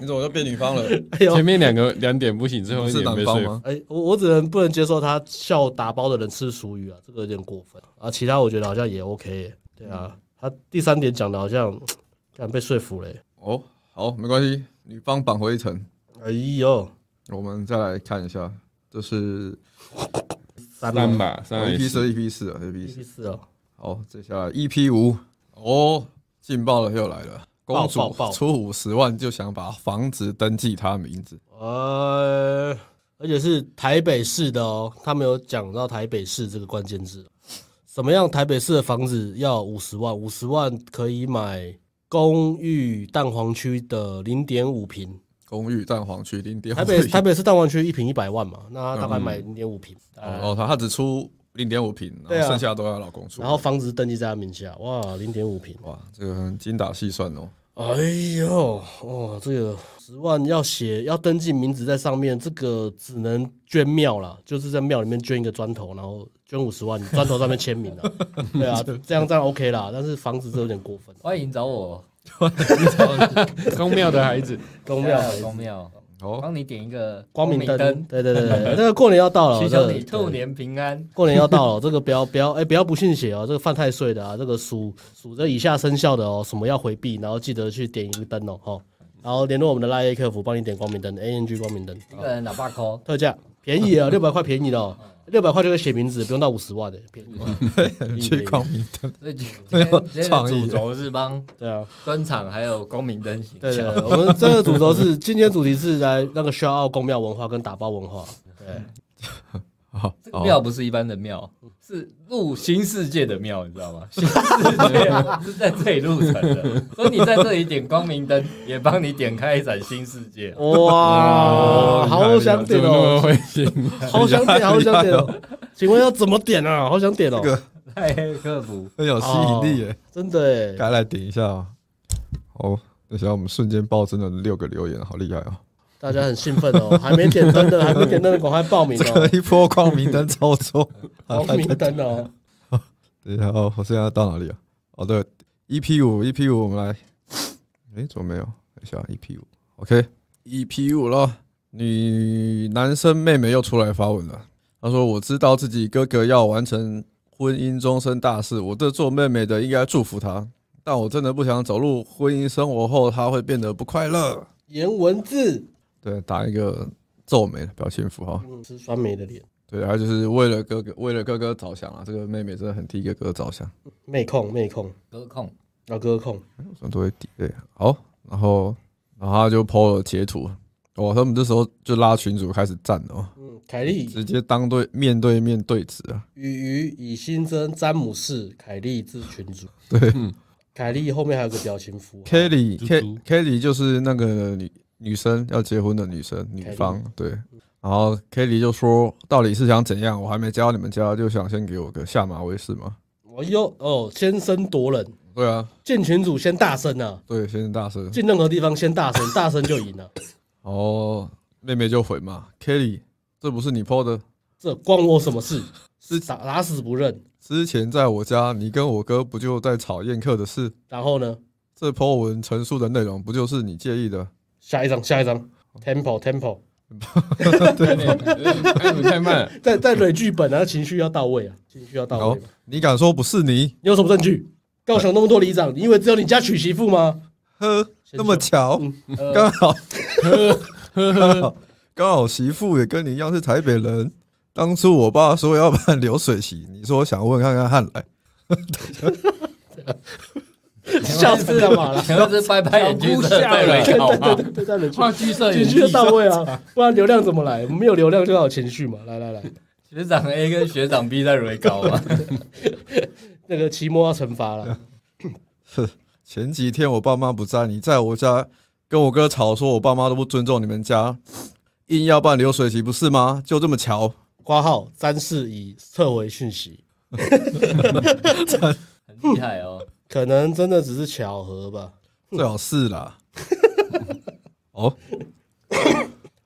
Speaker 2: 你怎么又变女方了？
Speaker 1: 哎呦，
Speaker 4: 前面两个两点不行， 最后
Speaker 2: 不
Speaker 4: 一
Speaker 2: 是
Speaker 4: 点
Speaker 2: 男
Speaker 4: 被说
Speaker 2: 方
Speaker 4: 服。
Speaker 2: 吗？
Speaker 1: 哎、我我只能不能接受他笑打包的人吃熟鱼啊，这个有点过分啊。其他我觉得好像也 OK，欸、对啊。他第三点讲的好像，敢被说服了欸、
Speaker 2: 哦，好，没关系，女方扳回一城。
Speaker 1: 哎呦，
Speaker 2: 我们再来看一下，这是
Speaker 1: 三
Speaker 4: 三
Speaker 1: 吗哦
Speaker 4: 吧，三
Speaker 2: EP
Speaker 4: 也是
Speaker 2: 四、EP 四、EP 四。
Speaker 1: 第四哦，
Speaker 2: 好，接下来 EP 五，哦，劲爆了又来了，公
Speaker 1: 爆
Speaker 2: 主
Speaker 1: 爆爆
Speaker 2: 出五十万就想把房子登记她名字，
Speaker 1: 呃，而且是台北市的哦，他没有讲到台北市这个关键字。怎么样？台北市的房子要五十万，五十万可以买公寓蛋黄区的零点五平，
Speaker 2: 公寓蛋黄区零点
Speaker 1: 台北
Speaker 2: 五，
Speaker 1: 台北是蛋黄区一瓶一百万嘛，那他大概买零点五瓶，
Speaker 2: 哦，他他只出零点五平，
Speaker 1: 对
Speaker 2: 然
Speaker 1: 啊
Speaker 2: 后剩下都要老公出，
Speaker 1: 然后房子登记在他名下，哇，零点五瓶，
Speaker 2: 哇，这个很精打细算哦。
Speaker 1: 哎呦，哦，这个十万要写要登记名字在上面，这个只能捐庙啦，就是在庙里面捐一个砖头，然后捐五十万，砖头上面签名啊，对 啊，这样这样 OK 啦，但是房子这有点过分，哦
Speaker 3: 欢迎找我，
Speaker 4: 公庙的孩 子，
Speaker 1: 公庙
Speaker 3: 公庙，
Speaker 2: 哦，
Speaker 3: 帮你点一个
Speaker 1: 光明
Speaker 3: 灯，哦
Speaker 1: 灯，对对对对，那个过年要到了，哦
Speaker 3: 祈求
Speaker 1: 这
Speaker 3: 你
Speaker 1: 个
Speaker 3: 兔年平安。
Speaker 1: 过年要到了，这个不要不要，哎、不要不信邪哦，这个犯太岁的啊，这个属属这以下生肖的哦，什么要回避，然后记得去点一个灯哦，哈、然后联络我们的拉 A 客服，帮你点光明灯，A N G 光明灯，
Speaker 3: 一
Speaker 1: 啊
Speaker 3: 个人喇叭 扣，
Speaker 1: 特价便 宜啊，六百块便宜的哦，六百块就可以写名字，不用到五十万的，便宜， 便宜
Speaker 2: 去光明灯，
Speaker 3: 所以今
Speaker 2: 没
Speaker 1: 哎
Speaker 3: 天
Speaker 2: 有
Speaker 3: 今天的
Speaker 2: 创
Speaker 3: 主
Speaker 2: 意
Speaker 3: 轴是帮
Speaker 1: 对啊，
Speaker 3: 专场还有光明灯行
Speaker 1: 对对
Speaker 3: 销。
Speaker 1: 对，我们这个主轴是今天主题是来那个需要公庙文化跟打包文化，对，
Speaker 2: 好，
Speaker 3: 这个
Speaker 2: 好
Speaker 3: 庙不是一般的庙，是入新世界的庙，你 知道吗？新世界是在这里入城的，所以你在这里点光明灯，也帮你点开一盏新世界。
Speaker 1: 哇，好想点
Speaker 4: 哎怎么那么
Speaker 1: 哦，
Speaker 4: 会行？
Speaker 1: 好想点，好想点哦，请问要 怎么点啊？好想点哦，
Speaker 3: 太克服，
Speaker 2: 很有吸引力耶，
Speaker 1: 真的耶。
Speaker 2: 该来点一下哦。好，等一下我们瞬间暴增了六个留言，好厉害哦！
Speaker 1: 大家很兴奋哦， 还没点灯的，还没点灯的，赶快报名
Speaker 2: 这个
Speaker 1: 哦，
Speaker 2: 一波 光明灯操作，
Speaker 1: 报名灯哦。
Speaker 2: 等一下哦，我现在到哪里啊？好的，EP 五，EP 五，我们来，诶，怎么没有？等一下，EP 五，OK，EP 五了。女男生妹妹又出来发文了，她说：“我知道自己哥哥要完成婚姻终身大事，我这做妹妹的应该祝福他，但我真的不想走入婚姻生活后，他会变得不快乐。
Speaker 1: 颜文字，”
Speaker 2: 对，打一个皱眉的表情符号。
Speaker 1: 嗯，吃酸梅的脸，
Speaker 2: 对，还有就是为了哥哥，为了哥哥着想啊，这个妹妹真的很替哥哥着想。
Speaker 1: 妹控妹控，
Speaker 3: 隔空
Speaker 1: 老哥控，
Speaker 2: 什么都会 delay。好，然后然后他就 PO 了截图，哇，他们这时候就拉群主开始战了哦，
Speaker 1: 嗯，凯莉、
Speaker 2: 直接当对面对面对峙啊，
Speaker 1: 雨鱼、以新增、詹姆士、凯莉至群主，嗯
Speaker 2: 对
Speaker 1: 凯莉后面还有个表情符啊号，
Speaker 2: ，Kelly
Speaker 4: 猪
Speaker 2: K
Speaker 4: 猪
Speaker 2: Kelly 就是那个女女生要结婚的女生女方，
Speaker 4: 嗯
Speaker 2: 对，然后 Kelly 就说到底是想怎样？我还没加到你们家，就想先给我个下马威是吗？
Speaker 1: 我哟哦，先声夺人，
Speaker 2: 对啊，
Speaker 1: 进群主先大声啊，
Speaker 2: 对，先大声，
Speaker 1: 进任何地方先大声，大声就赢了，
Speaker 2: 哦，妹妹就回嘛，Kelly 这不是你 PO 的。
Speaker 1: 这关我什么事？是打打死不认，
Speaker 2: 之前在我家，你跟我哥不就在吵宴客的事？
Speaker 1: 然后呢？
Speaker 2: 这 po 文陈述的内容不就是你介意的？
Speaker 1: 下一张，下一张，tempo tempo，
Speaker 4: 哎你太慢了，
Speaker 1: 再再蕊剧本啊，情绪要到位啊，情绪要到
Speaker 2: 哦
Speaker 1: 位嘛。，
Speaker 2: 你敢说不是你？
Speaker 1: 你有什么证据？高雄那么多里长，你以为只有你家娶媳妇 吗？
Speaker 2: 呵，
Speaker 1: 先
Speaker 2: 那么巧，刚好，刚好， 刚好媳妇也跟你一样是台北人。当初我爸说要办流水席，你说想问看看汉来，
Speaker 1: 笑死了嘛 啦！
Speaker 3: 前面是拜拜眼睛
Speaker 4: 小姑
Speaker 3: 的
Speaker 4: 吓
Speaker 3: 在
Speaker 4: 人
Speaker 3: 美好 吗？
Speaker 1: 对对，在忍
Speaker 4: 话剧摄影
Speaker 1: 情
Speaker 4: 技
Speaker 1: 绪要到位啊，不然流量怎么来？没有流量就要有情绪嘛。来来来，
Speaker 3: 学长 A 跟学长 B 在蕊搞嘛？
Speaker 1: 那个期末要惩罚了，
Speaker 2: 前几天我爸妈不在，你在我家跟我哥吵，说我爸妈都不尊重你们家，硬要办流水席，不是吗？就这么巧，
Speaker 1: 挂号詹事已撤回讯息，
Speaker 3: 很厉害哦，
Speaker 1: 可能真的只是巧合吧。
Speaker 2: 最好是啦。 哦，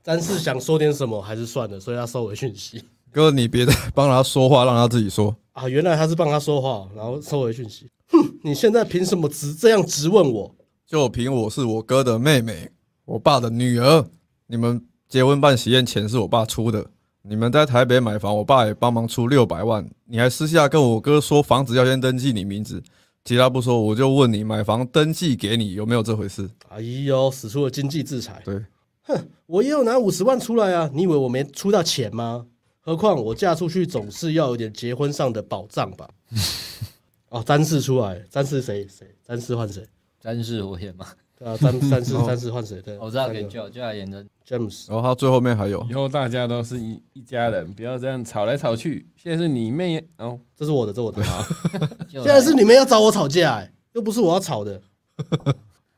Speaker 1: 詹事想说点什么，还是算了，所以他收回讯息
Speaker 2: 哥，你别再帮他说话，让他自己说。
Speaker 1: 啊。原来他是帮他说话，然后收回讯息。哼，你现在凭什么直这样质问我？
Speaker 2: 就凭我是我哥的妹妹，我爸的女儿，你们结婚办喜宴钱是我爸出的，你们在台北买房，我爸也帮忙出六百万，你还私下跟我哥说房子要先登记你名字，其他不说，我就问你买房登记给你有没有这回事？
Speaker 1: 哎呦，使出了经济制裁。
Speaker 2: 对，
Speaker 1: 我也有拿五十万出来啊！你以为我没出到钱吗？何况我嫁出去总是要有点结婚上的保障吧。哦，詹氏出来，詹氏谁谁？詹氏换谁？
Speaker 3: 詹氏火焰嘛，
Speaker 1: 对啊，詹詹氏詹氏换谁？对，
Speaker 3: 我知道
Speaker 1: 那
Speaker 3: 哦给
Speaker 1: 个
Speaker 3: Joe Joe 眼睛
Speaker 1: James
Speaker 2: 然后他最后面还有
Speaker 4: 以后大家都是一一家人，不要这样吵来吵去。现在是你妹哦，
Speaker 1: 这是我的，这是我的。
Speaker 3: 就
Speaker 1: 现在是你们要找我哎吵架、欸，又不是我要吵的。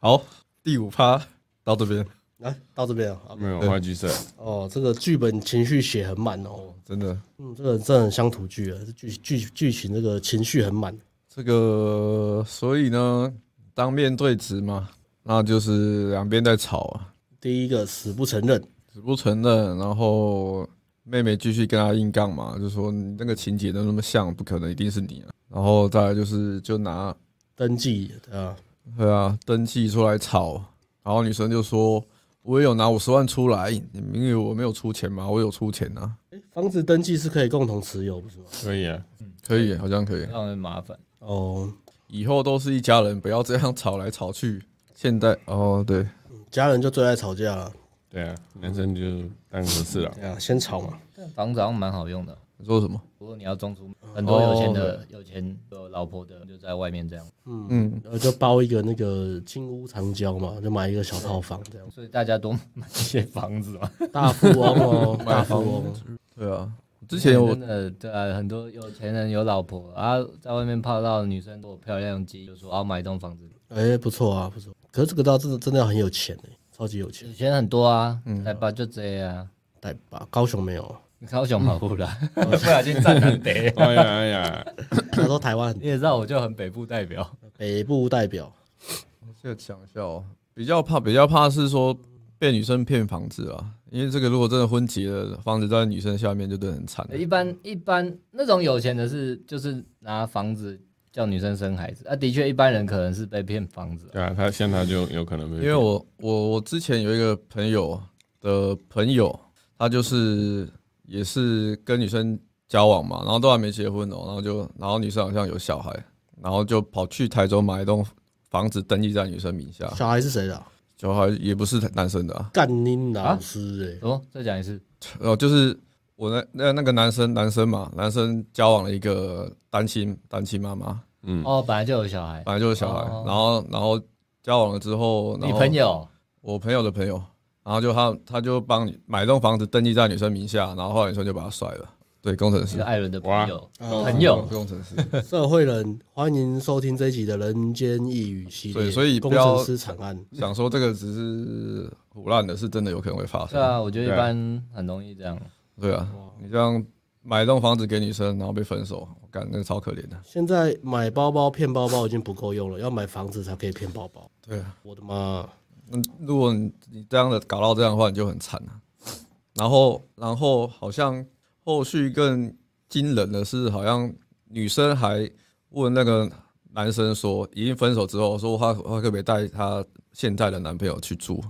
Speaker 2: 好第五趴到这边，
Speaker 1: 来、到这边啊，好
Speaker 5: 没有话剧社，
Speaker 1: 哦，这个剧本情绪写很满哦，
Speaker 2: 真的。
Speaker 1: 嗯，这个真的很乡土剧啊，这剧剧剧情这个情绪很满，
Speaker 2: 这个，所以呢，当面对质嘛，那就是两边在吵啊，
Speaker 1: 第一个死不承认，
Speaker 2: 死不承认，然后妹妹继续跟他硬杠嘛，就说你那个情节都那么像，不可能一定是你啊。然后再来就是就拿
Speaker 1: 登记啊，
Speaker 2: 对啊登记出来吵，然后女生就说我也有拿五十万出来，你们以为我没有出钱吗？我有出钱啊，
Speaker 1: 诶房子登记是可以共同持有，不是吗？
Speaker 5: 可以啊，
Speaker 2: 可以，好像可以，
Speaker 3: 让人麻烦。
Speaker 1: 哦，
Speaker 2: 以后都是一家人，不要这样吵来吵去。现在哦，对，
Speaker 1: 家人就最爱吵架了，
Speaker 5: 对啊，男生就当和 事佬，
Speaker 1: 对啊，先吵嘛，
Speaker 3: 但房子好像蛮好用的，
Speaker 2: 你说什么？
Speaker 3: 不过你要装出很多有钱的、有钱有老婆的，就在外面这样。
Speaker 2: 嗯。
Speaker 1: 然呃后就包一个那个金屋藏娇嘛，就买一个小套房这样，
Speaker 3: 所以大家多买一些房子 嘛。
Speaker 1: 大富翁哦，大富翁，
Speaker 2: 对啊，之前我
Speaker 3: 真的对啊，很多有钱人有老婆啊，在外面泡到的女生多漂亮肌，就说要啊买一栋房子。
Speaker 1: 哎，不错啊，不错，可是这个倒真的真的要很有钱哎、超级有钱
Speaker 3: 有，钱很多啊，来吧，就这样。
Speaker 1: 代吧，高雄没有，
Speaker 3: 你 高雄马布啦， 我不小心站南 北。
Speaker 5: 哎呀哎呀，
Speaker 1: 那时候台湾很
Speaker 3: 你也知道，我就很北部代表，
Speaker 1: 北部代表，
Speaker 2: 这个想一下哦，比较怕比较怕是说被女生骗房子啊，因为这个如果真的婚结了，房子在女生下面就真的很惨了。
Speaker 3: 一般一般那种有钱的是就是拿房子叫女生生孩子啊，的确一般人可能是被骗房子啊，
Speaker 5: 对啊，他像他就有可能被
Speaker 2: 因
Speaker 5: 骗，
Speaker 2: 为我我我之前有一个朋友的朋友，他就是也是跟女生交往嘛，然后都还没结婚哦，然后就然后女生好像有小孩，然后就跑去台州买一栋房子登记在女生名下，
Speaker 1: 小孩是谁的啊、
Speaker 2: 小孩也不是男生的啊，
Speaker 1: 干你老师哎、
Speaker 3: 哦，再讲一次，
Speaker 2: 哦，就是我那那那个男生男生嘛，男生交往了一个单亲单亲妈妈，
Speaker 5: 嗯，
Speaker 3: 哦，本来就有小孩，
Speaker 2: 本来就是小孩，
Speaker 3: 哦
Speaker 2: 然后然后交往了之后，然
Speaker 3: 你
Speaker 2: 后
Speaker 3: 朋友
Speaker 2: 我朋友的朋友，然后就他他就帮你买栋房子登记在女生名下，然后后来女生就把他甩了，对，工程
Speaker 3: 是
Speaker 2: 师，
Speaker 3: 艾伦的朋友，
Speaker 1: 哇
Speaker 2: 哦
Speaker 3: 朋友，
Speaker 2: 工程师，
Speaker 1: 欸社会人，欢迎收听这一集的《人间一语》系列，
Speaker 2: 对所以
Speaker 1: 工
Speaker 2: 不要
Speaker 1: 程师惨案，
Speaker 2: 想说这个只是胡乱的，是真的有可能会发
Speaker 3: 对
Speaker 2: 生，
Speaker 3: 啊，我觉得一般很容易这样，
Speaker 2: 对啊，你这样买栋房子给女生，然后被分手，我感那个超可怜的，
Speaker 1: 现在买包包骗包包已经不够用了，要买房子才可以骗包包，
Speaker 2: 对啊。
Speaker 1: 我的妈！
Speaker 2: 嗯，如果你你这样的搞到这样的话，你就很惨了、然后，然后好像后续更惊人的是，好像女生还问那个男生说，已经分手之后，说她她可不可以带她现在的男朋友去住，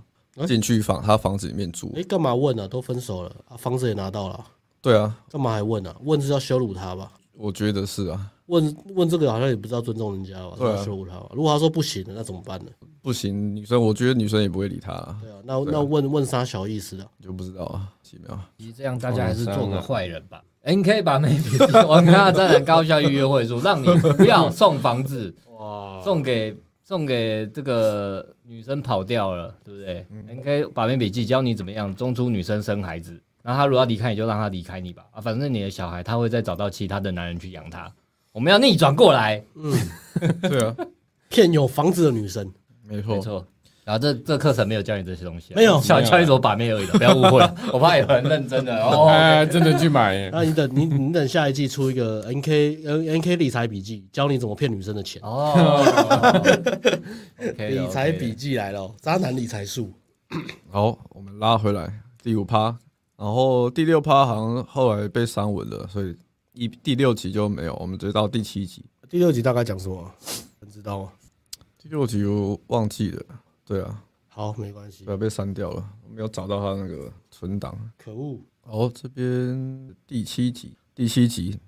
Speaker 2: 进去房她房子里面住
Speaker 1: 哎、。干嘛问啊？都分手了，啊、房子也拿到了啊，
Speaker 2: 对啊，
Speaker 1: 干嘛还问啊？问是要羞辱他吧？
Speaker 2: 我觉得是啊，
Speaker 1: 问问这个好像也不知道尊重人家吧？是
Speaker 2: 对啊
Speaker 1: 要羞辱他吧？如果他说不行，那怎么办呢？
Speaker 2: 不行，女生我觉得女生也不会理他、啊，
Speaker 1: 对啊，那那问问啥小意思啊？
Speaker 2: 就不知道啊，奇妙。
Speaker 3: 其实这样大家还是做个坏人吧。哎，你可以把妹子我跟他站南高效预约会说，让你不要送房子，送给送给这个女生跑掉了，对不对？你可以把妹笔记教你怎么样中出女生生孩子，然后她如果要离开，你就让她离开你吧，啊，反正你的小孩她会再找到其他的男人去养她。我们要逆转过来，
Speaker 2: 对啊，
Speaker 1: 骗有房子的女生，
Speaker 2: 没错
Speaker 3: 没。错。然后这这课程没有教你这些东西啊、
Speaker 1: 没有
Speaker 3: 教教你怎么把妹而已的，不要误会，我怕有人认真的哦。
Speaker 5: 哎，真的去买，
Speaker 1: 那你等你你等下一季出一个 N K N N K 理财笔记，教你怎么骗女生的钱。
Speaker 3: 哦，
Speaker 1: 理财笔记来了哦，渣男理财术。
Speaker 2: 好，我们拉回来第五趴，然后第六趴好像后来被删文了，所以一第六集就没有，我们直接到第七集。
Speaker 1: 第六集大概讲什么？能知道吗？
Speaker 2: 第六集我忘记了，对啊，
Speaker 1: 好，没关系
Speaker 2: 对。啊，被删掉了，我没有找到他那个存档。
Speaker 1: 可恶，
Speaker 2: 哦，这边第七集，第七集，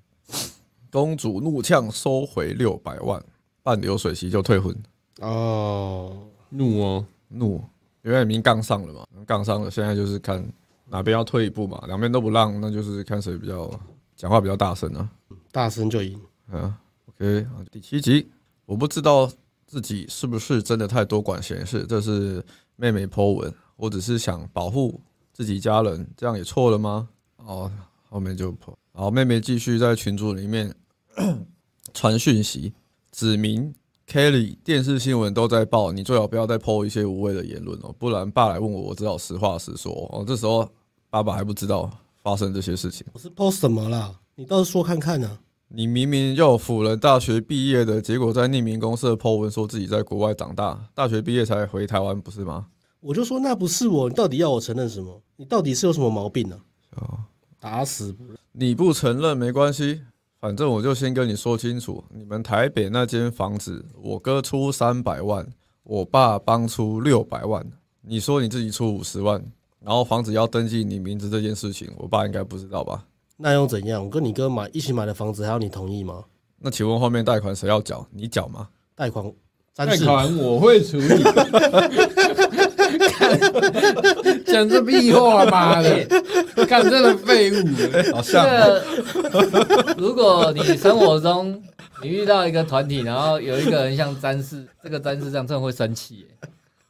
Speaker 2: 公主怒呛收回六百万，办流水席就退婚，
Speaker 1: 哦，
Speaker 5: 怒哦，
Speaker 2: 怒，因为已经杠上了嘛，杠上了，现在就是看哪边要退一步嘛，两边都不让，那就是看谁比较讲话比较大声啊。
Speaker 1: 大声就赢。
Speaker 2: 嗯，OK，啊第七集，我不知道自己是不是真的太多管闲事，这是妹妹 Po 文，我只是想保护自己家人，这样也错了吗？哦，后面就 Po，然后妹妹继续在群组里面传讯息，指明 Kelly 电视新闻都在报，你最好不要再 PO 一些无谓的言论哦，不然爸来问我，我只好实话实说哦。这时候爸爸还不知道发生这些事情，
Speaker 1: 我是 post 什么啦？你倒是说看看啊呢、
Speaker 2: 你明明要辅仁大学毕业的，结果在匿名公社 PO 文说自己在国外长大，大学毕业才回台湾，不是吗？
Speaker 1: 我就说那不是我，你到底要我承认什么？你到底是有什么毛病呢、
Speaker 2: 哦
Speaker 1: 打死不认
Speaker 2: 你不承认没关系，反正我就先跟你说清楚，你们台北那间房子，我哥出三百万，我爸帮出六百万，你说你自己出五十万，然后房子要登记你名字这件事情，我爸应该不知道吧？
Speaker 1: 那又怎样？我跟你哥买一起买的房子，还要你同意吗？
Speaker 2: 那请问后面贷款谁要缴？你缴吗？
Speaker 1: 贷款
Speaker 4: 贷
Speaker 1: 三次，
Speaker 4: 款我会处理。
Speaker 3: 讲这屁话， 妈的！
Speaker 4: 干真的废物，
Speaker 2: 好
Speaker 3: 这
Speaker 2: 像
Speaker 3: 个，如果你生活中你遇到一个团体，然后有一个人像詹士，这个詹士这样真的会生气耶、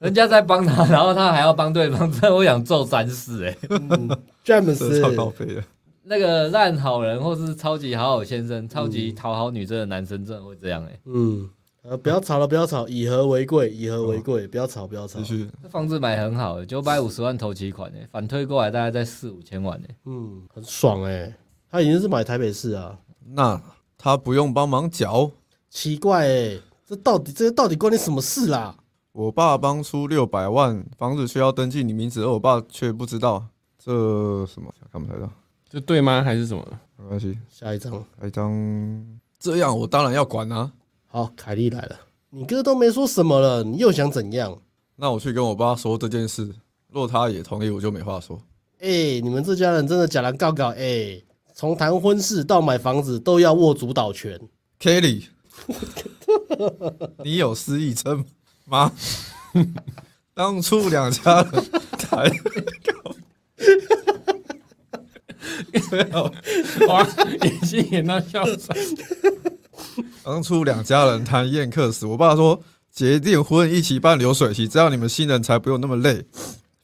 Speaker 3: 人家在帮他，然后他还要帮对方，真的会想揍詹士哎、
Speaker 1: 嗯詹姆斯，
Speaker 2: 超高飞的。
Speaker 3: 那个烂好人或是超级好好先
Speaker 4: 嗯
Speaker 3: 生、超级讨好女生的男生，真的会这样哎、
Speaker 1: 嗯，呃，不要吵了，不要吵，以和为贵，以和为贵，不要吵，不要吵
Speaker 2: 哦继。续，
Speaker 3: 这房子买很好、欸九百五十万头期款哎、反推过来大概在四五千万哎、
Speaker 1: 嗯，很爽哎、他已经是买台北市啊，
Speaker 2: 那他不用帮忙缴，
Speaker 1: 奇怪哎、这到底这到底关你什么事啦？
Speaker 2: 我爸帮出六百万，房子需要登记你名字，而我爸却不知道，这什么看不太到，
Speaker 5: 这对吗？还是什么？
Speaker 2: 没关系，
Speaker 1: 下一张，
Speaker 2: 来一张。这样我当然要管啊。
Speaker 1: 好，凯莉来了，你哥都没说什么了，你又想怎样？
Speaker 2: 那我去跟我爸说这件事，若他也同意，我就没话说。
Speaker 1: 哎、你们这家人真的假狼告告哎、从谈婚事到买房子都要握主导权，
Speaker 2: Kelly，你有失忆症吗？ 当初两家人才
Speaker 4: 哇，已经演到笑场。
Speaker 2: 当初两家人谈宴客时，我爸说结订婚一起办流水席，这样你们新人才不用那么累，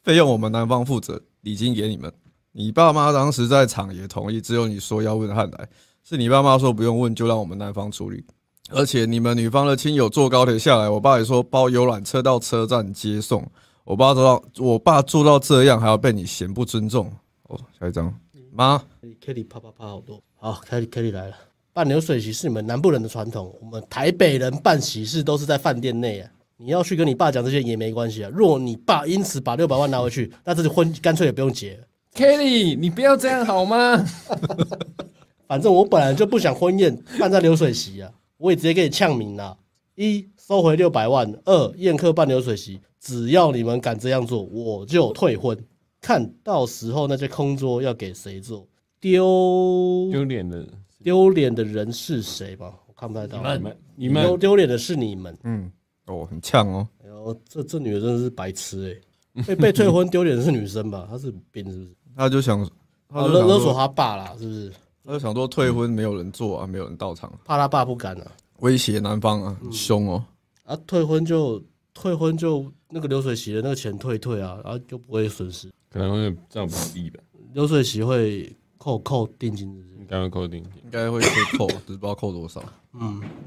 Speaker 2: 费用我们男方负责，礼金给你们。你爸妈当时在场也同意，只有你说要问汉来，是你爸妈说不用问，就让我们男方处理。而且你们女方的亲友坐高铁下来，我爸也说包游览车到车站接送。我爸做到，我爸做到这样，还要被你嫌不尊重。哦，下一张，妈，
Speaker 1: 凯莉哎啪啪啪好多。好，凯莉凯莉来了。办流水席是你们南部人的传统，我们台北人办喜事都是在饭店内啊。你要去跟你爸讲这些也没关系啊。若你爸因此把六百万拿回去，那这就婚干脆也不用结了。
Speaker 5: Kelly，你不要这样好吗？
Speaker 1: 反正我本来就不想婚宴办在流水席啊，我也直接给你呛明了：一收回六百万，二宴客办流水席，只要你们敢这样做，我就退婚。看到时候那些空桌要给谁做，丢
Speaker 5: 丢脸的，
Speaker 1: 丢脸的人是谁吧？我看不太到。
Speaker 5: 你们你
Speaker 1: 丢
Speaker 5: 们
Speaker 1: 丢脸的是你们。
Speaker 2: 嗯，哦，很呛哦。
Speaker 1: 哎呦，这这女的真的是白痴哎、被被退婚丢脸的是女生吧？她是有病是不是？
Speaker 2: 他就想，他
Speaker 1: 哦，
Speaker 2: 就
Speaker 1: 勒
Speaker 2: 想
Speaker 1: 勒
Speaker 2: 说
Speaker 1: 索她爸啦，是不是？
Speaker 2: 他就想说退婚没有人做啊，没有人到场，
Speaker 1: 怕她爸不敢啊。
Speaker 2: 威胁男方啊，很凶哦。
Speaker 1: 啊，退婚就退婚就那个流水席的那个钱退退啊，然后就不会损失。
Speaker 5: 可能会占比例吧，
Speaker 1: 流水席会扣扣定金是不是
Speaker 5: 应该会扣定金，
Speaker 2: 应该会被扣，只是不知道扣多少。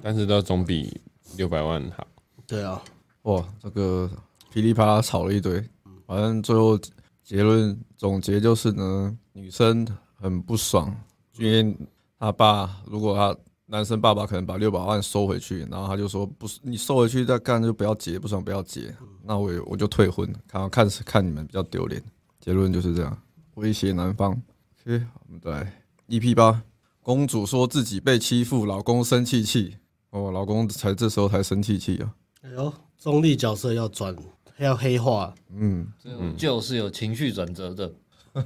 Speaker 5: 但是都总比六百万好。
Speaker 1: 对啊，
Speaker 2: 哇，这个噼里啪啦吵了一堆，反正最后结论总结就是呢，女生很不爽，因为他爸如果他男生爸爸可能把六百万收回去，然后他就说不是，你收回去再干就不要结，不爽不要结，那我也我就退婚，看看是看你们比较丢脸。结论就是这样，威胁男方。OK，我们再来 EP 八，公主说自己被欺负，老公生气气，哦，老公才这时候才生气气啊。
Speaker 1: 哎呦，中立角色要转要黑化
Speaker 2: 嗯，
Speaker 3: 这种就是有情绪转折的，
Speaker 5: 啊，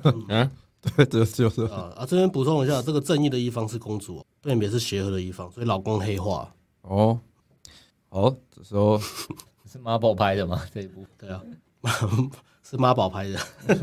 Speaker 2: 对， 这就是
Speaker 1: 啊啊！这边补充一下，这个正义的一方是公主，对面也是邪恶的一方，所以老公黑化。
Speaker 2: 哦，好，这时候
Speaker 3: 是 Marble 拍的吗？这一部
Speaker 1: 对啊，是妈宝 牌的。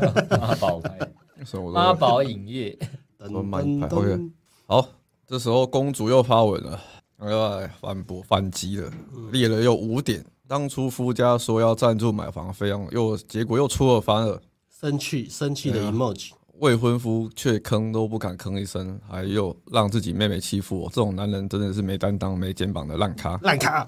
Speaker 3: Marble 拍的，
Speaker 2: 什么
Speaker 3: 妈
Speaker 2: 我都
Speaker 3: 宝影业。
Speaker 1: 噔
Speaker 2: 我买一
Speaker 1: 噔
Speaker 2: 排
Speaker 1: 噔
Speaker 2: OK 好，这时候公主又发文了，又来反驳反击了，列了又五点。当初夫家说要赞助买房费用，又结果又出尔反尔，
Speaker 1: 生气生气的 emoji，、
Speaker 2: 未婚夫却吭都不敢吭一声，还又让自己妹妹欺负我，这种男人真的是没担当、没肩膀的烂咖。
Speaker 1: 烂咖。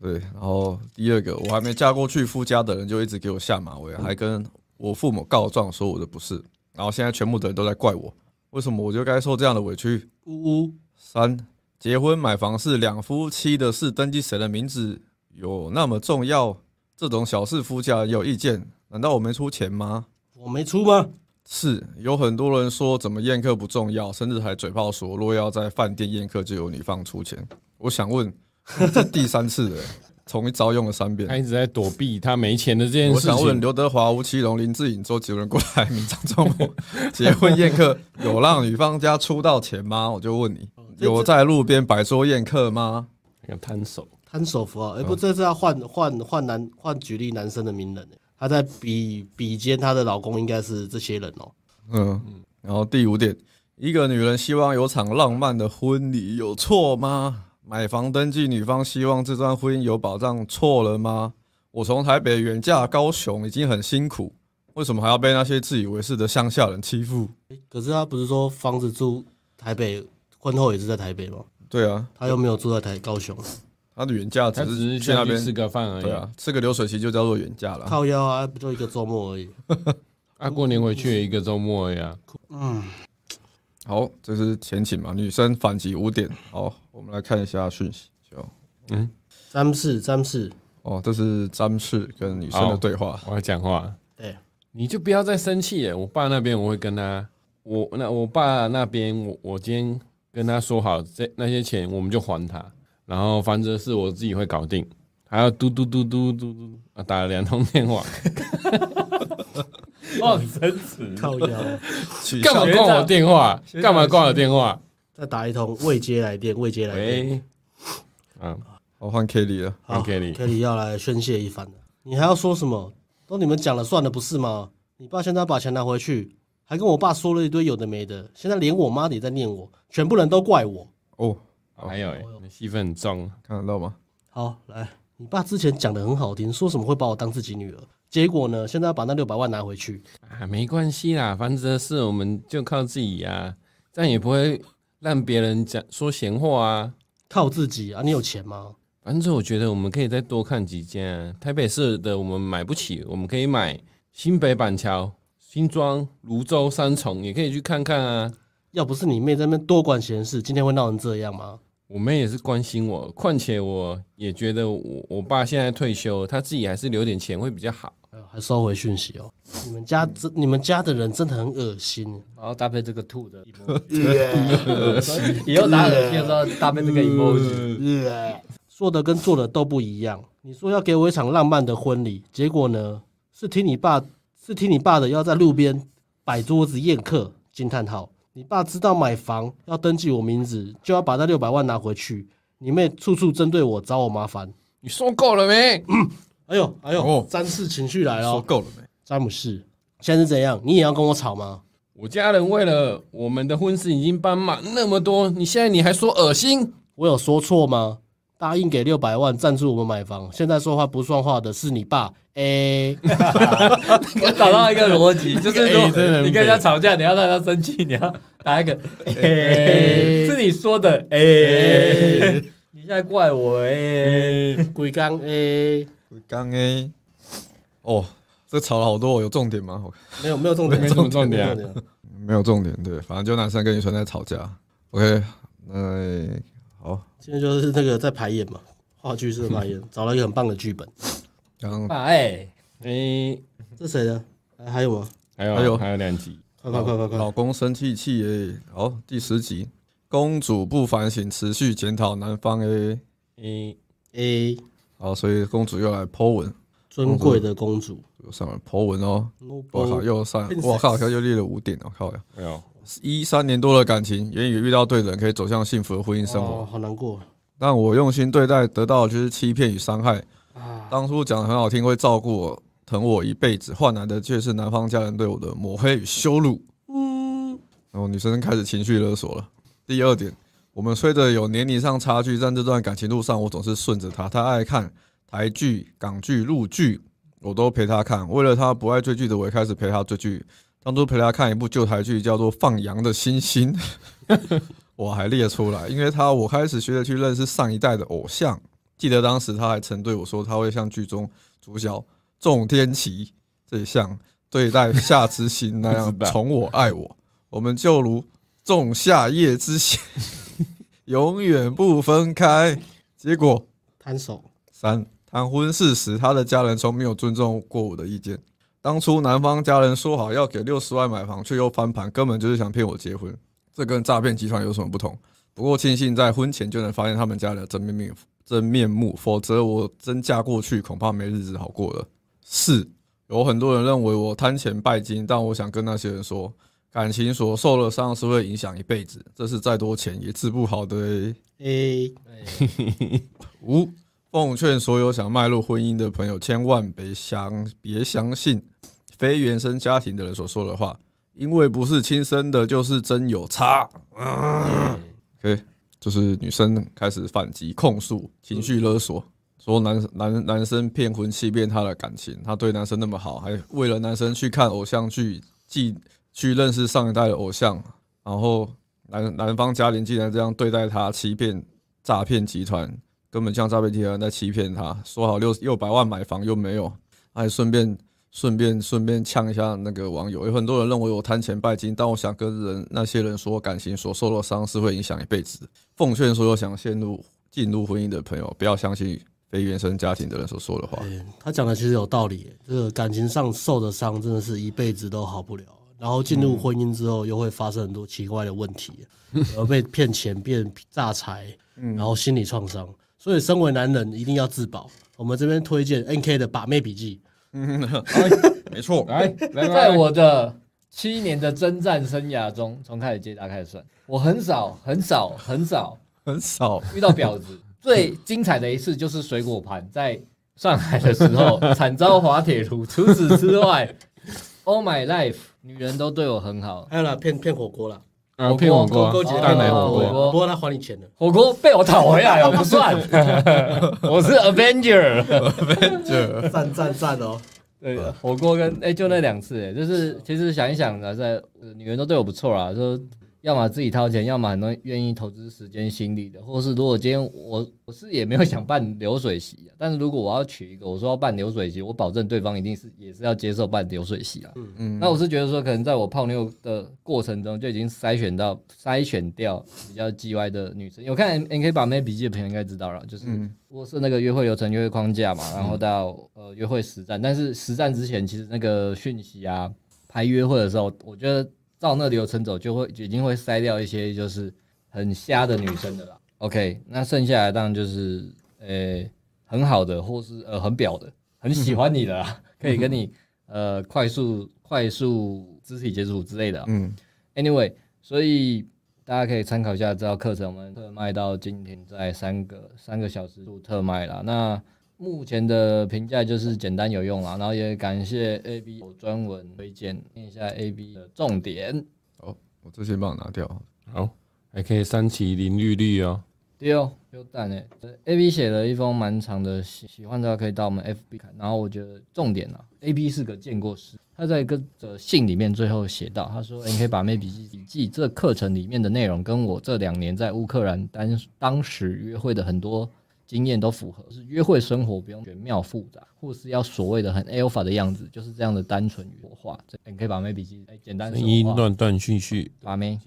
Speaker 2: 对，然后第二个，我还没嫁过去，夫家的人就一直给我下马威，还跟我父母告状说我的不是，然后现在全部的人都在怪我，为什么我就该受这样的委屈？
Speaker 1: 呜呜，
Speaker 2: 三，结婚买房是两夫妻的事，登记谁的名字有那么重要？这种小事夫家人有意见，难道我没出钱吗？
Speaker 1: 我没出吗？
Speaker 2: 是有很多人说怎么宴客不重要，甚至还嘴炮说若要在饭店宴客就由女方出钱。我想问， 这第三次了，同一招用了三遍
Speaker 5: 他。一直在躲避他没钱的这件
Speaker 2: 我
Speaker 5: 事
Speaker 2: 想问
Speaker 5: 情。
Speaker 2: 刘德华、吴奇隆、林志颖、周杰伦、郭 台铭、张仲谋结婚宴客有让女方家出到钱吗？我就问你，
Speaker 1: 哦这
Speaker 2: 有在路边摆桌宴客吗？
Speaker 5: 那个摊手，
Speaker 1: 摊手符号，哎、不，这是要换换换男换举例男生的名人、欸，她在比比肩她的老公应该是这些人哦、
Speaker 2: 嗯，然后第五点，一个女人希望有场浪漫的婚礼，有错吗？买房登记，女方希望这段婚姻有保障，错了吗？我从台北远嫁高雄已经很辛苦，为什么还要被那些自以为是的乡下人欺负？
Speaker 1: 可是她不是说房子住台北，婚后也是在台北吗？
Speaker 2: 对啊，
Speaker 1: 她又没有住在台高雄，
Speaker 2: 她的远嫁
Speaker 4: 他
Speaker 2: 只
Speaker 4: 只
Speaker 2: 是
Speaker 4: 是
Speaker 2: 去
Speaker 4: 去
Speaker 2: 那
Speaker 4: 那
Speaker 2: 边
Speaker 4: 边吃个饭而已。
Speaker 2: 对啊，吃个流水席就叫做远嫁了。
Speaker 1: 靠腰啊，不就一个周末而已。
Speaker 5: 啊，过年回去也一个周末而已啊。
Speaker 2: 好，这是前景嘛，女生反击五点。好，我们来看一下讯息。就
Speaker 1: 詹士，詹士，
Speaker 2: 哦，这是詹士跟女生的
Speaker 5: 好
Speaker 2: 对话。
Speaker 5: 我要讲话，
Speaker 1: 对，
Speaker 5: 你就不要再生气了。我爸那边我会跟他，我那我爸那边我我今天跟他说好，这那些钱我们就还他，然后烦则是我自己会搞定。还要嘟嘟嘟嘟嘟嘟啊，打了两通电 话，
Speaker 4: 哦，真实。
Speaker 1: 靠腰，
Speaker 2: 取
Speaker 5: 干
Speaker 2: 消
Speaker 5: 嘛挂我电话？干嘛挂我电话？
Speaker 1: 再打一通未接来电，未接来电。
Speaker 5: 喂，啊，
Speaker 2: 我换 Kelly 了。
Speaker 1: 好
Speaker 5: Kelly
Speaker 1: Kelly 要来宣泄一番了。你还要说什么？都你们讲了算了，不是吗？你爸现在把钱拿回去，还跟我爸说了一堆有的没的，现在连我妈也在念我，全部人都怪我。
Speaker 2: 哦，
Speaker 5: 还有哎，你戏份很重，
Speaker 2: 看得到吗？
Speaker 1: 好，来，你爸之前讲的很好听，说什么会把我当自己女儿，结果呢，现在要把那六百万拿回去，
Speaker 5: 啊，没关系啦，反正是我们就靠自己啊，这样也不会让别人讲说闲话啊。
Speaker 1: 靠自己啊！你有钱吗？
Speaker 5: 反正我觉得我们可以再多看几间、啊，台北市的我们买不起，我们可以买新北板桥、新庄、泸州、三重，也可以去看看啊。
Speaker 1: 要不是你妹在那边多管闲事，今天会闹成这样吗？
Speaker 5: 我妹也是关心我，况且我也觉得我我爸现在退休，他自己还是留点钱会比较好。
Speaker 1: 哎呦还收回讯息哦！你们家真，你们家的人真的很恶心。
Speaker 3: 然后搭配这个吐的 emoji，以后打耳机的时候搭配这
Speaker 4: 嗯
Speaker 3: 个 emoji，
Speaker 1: 说的跟做的都不一样。你说要给我一场浪漫的婚礼，结果呢是听你爸是听你爸的，要在路边摆桌子宴客。惊叹号！你爸知道买房要登记我名字，就要把那六百万拿回去。你妹处处针对我，找我麻烦。
Speaker 5: 你说够了没？
Speaker 1: 哎呦哎呦，
Speaker 2: 哦
Speaker 1: 詹士情绪来了
Speaker 2: 说
Speaker 1: 哦，
Speaker 2: 够了没？
Speaker 1: 詹姆士，现在是怎样？你也要跟我吵吗？
Speaker 5: 我家人为了我们的婚事已经帮忙那么多，你现在你还说恶心？
Speaker 1: 我有说错吗？答应给六百万赞助我们买房，现在说话不算话的是你爸。哎、
Speaker 3: 我找到一个逻 辑，就是说
Speaker 5: 哎真的很
Speaker 3: 你跟人家吵架，你要让他生气，你要打一个，哎，是你说的，哎，你现在怪我，哎，
Speaker 1: 鬼刚哎，
Speaker 2: 刚 A。哦，这吵了好多哦，有重点吗？
Speaker 1: 没有没有重点，
Speaker 5: 没什么重点啊
Speaker 1: 没有重点
Speaker 2: 没有重点，对，反正就男生跟女生在吵架。OK，那好，
Speaker 1: 今天就是那个在排演嘛，话剧社排演，找了一个很棒的剧本。
Speaker 2: 刚刚
Speaker 3: 爸，哎，
Speaker 5: 诶、
Speaker 1: 这谁的？哎还有吗？
Speaker 5: 还有啊
Speaker 2: 还有
Speaker 5: 还有两集，
Speaker 1: 快快快快快！
Speaker 2: 老公生气气 A。好，第十集，公主不反省，持续检讨男方 A。
Speaker 5: 诶、
Speaker 1: A
Speaker 2: 好，哦所以公主又来 Po 文，
Speaker 1: 尊贵的公主，
Speaker 2: 又上来 Po 文哦。我靠，
Speaker 1: 我
Speaker 2: 又上，我靠，又列了五点，我靠呀！
Speaker 5: 哎呦，
Speaker 2: 一三年多的感情，言语遇到对的人，可以走向幸福的婚姻生活。
Speaker 1: 哦好难过
Speaker 2: 但我用心对待，得到的就是欺骗与伤害。
Speaker 1: 啊！
Speaker 2: 当初讲的很好听，会照顾我、疼我一辈子，换来的却是男方家人对我的抹黑与羞辱。然后女生开始情绪勒索了。第二点，我们虽着有年龄上差距，但这段感情路上，我总是顺着她。她爱看台剧、港剧、陆剧，我都陪她看。为了她不爱追剧的我，也开始陪她追剧。当初陪她看一部旧台剧，叫做《放羊的星星》，我还列出来，因为她我开始学着去认识上一代的偶像。记得当时他还曾对我说，他会像剧中主角仲天奇这一项对待夏之星那样
Speaker 5: 不知道
Speaker 2: 宠我爱我，我们就如仲夏夜之星， 永远不分开。结果
Speaker 1: 摊手，
Speaker 2: 三谈婚事时，他的家人从没有尊重过我的意见。当初男方家人说好要给六十万买房，却又翻盘，根本就是想骗我结婚。这跟诈骗集团有什么不同？不过庆幸在婚前就能发现他们家的真面目，真面目，否则我真嫁过去，恐怕没日子好过了。四，有很多人认为我贪钱拜金，但我想跟那些人说，感情所受的伤是会影响一辈子，这是再多钱也治不好的、欸。
Speaker 1: 诶、
Speaker 2: 五，奉劝所有想迈入婚姻的朋友，千万别相别相信非原生家庭的人所说的话，因为不是亲生的，就是真有差。OK，就是女生开始反击、控诉、情绪勒索，说男男男生骗婚、欺骗她的感情，她对男生那么好，还为了男生去看偶像剧，既去认识上一代的偶像，然后男男方家庭竟然这样对待她，欺骗诈骗集团，根本像诈骗集团在欺骗她，说好六六百万买房又没有，还顺便。顺便顺便呛一下那个网友，有很多人认为我贪钱拜金，但我想跟人那些人说，感情所受的伤是会影响一辈子的。奉劝所有想陷入进入婚姻的朋友，不要相信非原生家庭的人所说的话。
Speaker 1: 对他讲的其实有道理，这个感情上受的伤真的是一辈子都好不了。然后进入婚姻之后，又会发生很多奇怪的问题，
Speaker 3: 嗯
Speaker 1: 然后被骗钱、变诈财，然后心理创伤。所以，身为男人一定要自保。我们这边推荐 N K 的《把妹笔记
Speaker 2: 没错，
Speaker 5: 来来来，
Speaker 3: 在我的七年的征战生涯中，从开始接打开始算，我很少很少很少
Speaker 2: 很少
Speaker 3: 遇到婊 子。最精彩的一次就是水果盘在上海的时候惨遭滑铁卢。除此之外，All my life，女人都对我很好》。。
Speaker 1: 还有啦，骗骗火锅啦，
Speaker 5: 啊，骗火锅
Speaker 1: 勾结
Speaker 5: 啊，蛋奶火
Speaker 3: 哦
Speaker 5: 锅，
Speaker 1: 不过他还你钱了。
Speaker 3: 火锅被我讨回来了，不算。我是 Avenger。
Speaker 1: 赞赞赞哦！
Speaker 3: 对，火锅跟哎、就那两次哎、就是其实想一想呢，在呃女人都对我不错啦，说要么自己掏钱，要么很多愿意投资时间心力的，或是如果今天我我是也没有想办流水席、啊，但是如果我要娶一个，我说要办流水席，我保证对方一定是也是要接受办流水席啊。
Speaker 2: 嗯
Speaker 3: 那我是觉得说，可能在我泡妞的过程中就已经筛选到筛选掉比较叽歪的女生。有看 N K 把妹笔记的朋友应该知道了，就是我是那个约会流程、约会框架嘛，然后到呃约会实战。但是实战之前，其实那个讯息啊，排约会的时候，我觉得照那流程走就会就已经会筛掉一些就是很瞎的女生的啦。OK，那剩下来当然就是呃、很好的，或是呃很表的，很喜欢你的啦，可以跟你呃快速快速肢体接触之类的啊、
Speaker 2: 嗯，
Speaker 3: Anyway，所以大家可以参考一下这套课程，我们特卖到今天在三个三个小时度特卖啦。那目前的评价就是简单有用啦，然后也感谢 A B 有专文推荐，念一下 A B 的重点。
Speaker 2: 我这些帮我拿掉。
Speaker 5: 好，还可以三期零利率哦。
Speaker 3: 对哦，有蛋诶，A B 写了一封蛮长的喜，喜欢的话可以到我们 F B 看。然后我觉得重点啊，A B 是个见过世，他在一个的信里面最后写到，他说：“你可以把《妹笔记笔记》这课程里面的内容跟我这两年在乌克兰当当时约会的很多经验都符合，就是约会生活不用玄妙复杂，或是要所谓的很 alpha 的样子，就是这样的单纯与活化。你可以把《妹笔记》哎简单
Speaker 5: 声
Speaker 3: 说
Speaker 5: 音
Speaker 3: 话
Speaker 5: 断断续续，
Speaker 3: 把妹。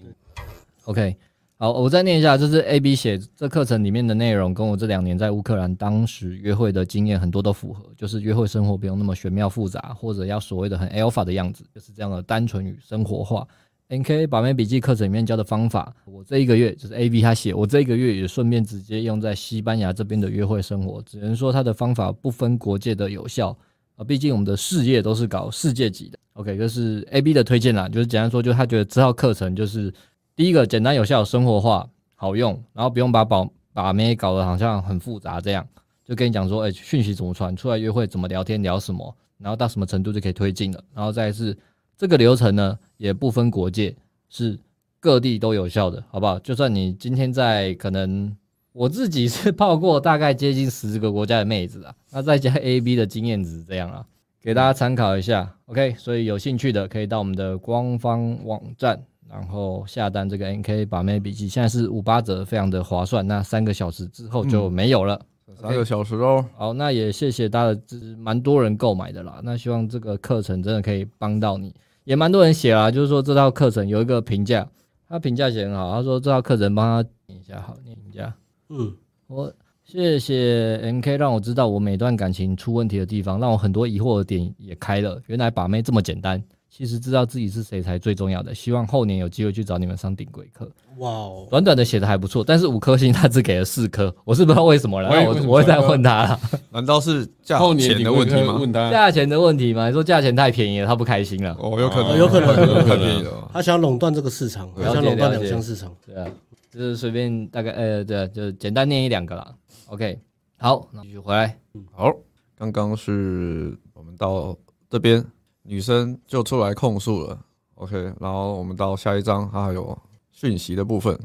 Speaker 3: OK，好，我再念一下，这是 A B 写这课程里面的内容，跟我这两年在乌克兰当时约会的经验很多都符合，就是约会生活不用那么玄妙复杂，或者要所谓的很 alpha 的样子，就是这样的单纯与生活化。N K 把妹笔记课程里面教的方法，我这一个月就是 A B 他写，我这一个月也顺便直接用在西班牙这边的约会生活，只能说他的方法不分国界的有效，啊，毕竟我们的事业都是搞世界级的。OK，就是 A B 的推荐啦，就是简单说，就是他觉得这套课程就是第一个简单有效、生活化、好用，然后不用把保把妹搞得好像很复杂这样，就跟你讲说，哎、讯息怎么传，出来约会怎么聊天聊什么，然后到什么程度就可以推进了。然后再来是这个流程呢，也不分国界，是各地都有效的，好不好？就算你今天在可能我自己是泡过大概接近十个国家的妹子啊，那再加 A B 的经验值这样啊，给大家参考一下。OK，所以有兴趣的可以到我们的官方网站，然后下单这个 NK 把妹笔记，现在是五八折，非常的划算。那三个小时之后就没有了。
Speaker 2: 三个小时哦。
Speaker 3: 好，那也谢谢大家的支持，蛮多人购买的啦。那希望这个课程真的可以帮到你，也蛮多人写啦，就是说这套课程有一个评价，他评价写很好，他说这套课程帮他念一下，好，念一下。
Speaker 1: 嗯，
Speaker 3: 我谢谢 M K 让我知道我每段感情出问题的地方，让我很多疑惑的点也开了。原来把妹这么简单，其实知道自己是谁才最重要的。希望后年有机会去找你们上顶规课。
Speaker 1: 哇哦，
Speaker 3: 短短的写的还不错，但是五颗星他只给了四颗，我是不知道为什么了。
Speaker 5: 我
Speaker 3: 那
Speaker 5: 也
Speaker 3: 我
Speaker 5: 不知道
Speaker 3: 我会再问他啦，
Speaker 2: 难道是价
Speaker 5: 后年
Speaker 2: 啊钱
Speaker 5: 你
Speaker 2: 的
Speaker 5: 会
Speaker 2: 问题吗？
Speaker 5: 问他
Speaker 3: 价钱的问题嘛？你说价钱太便宜了，他不开心了。
Speaker 2: 哦，有可
Speaker 1: 哦
Speaker 2: 能，
Speaker 1: 有可能
Speaker 2: 有
Speaker 1: 有
Speaker 2: 可
Speaker 1: 可
Speaker 2: 能
Speaker 5: 能
Speaker 2: 有。
Speaker 1: 他想要垄断这个市场，
Speaker 3: 解
Speaker 1: 他想垄断
Speaker 3: 了解
Speaker 1: 两项市场。
Speaker 3: 对啊，就是随便大概呃，对啊，就简单念一两个啦。OK，好，那继续回来。
Speaker 2: 好，刚刚是我们到这边，女生就出来控诉了。OK，然后我们到下一章，它还有讯息的部分。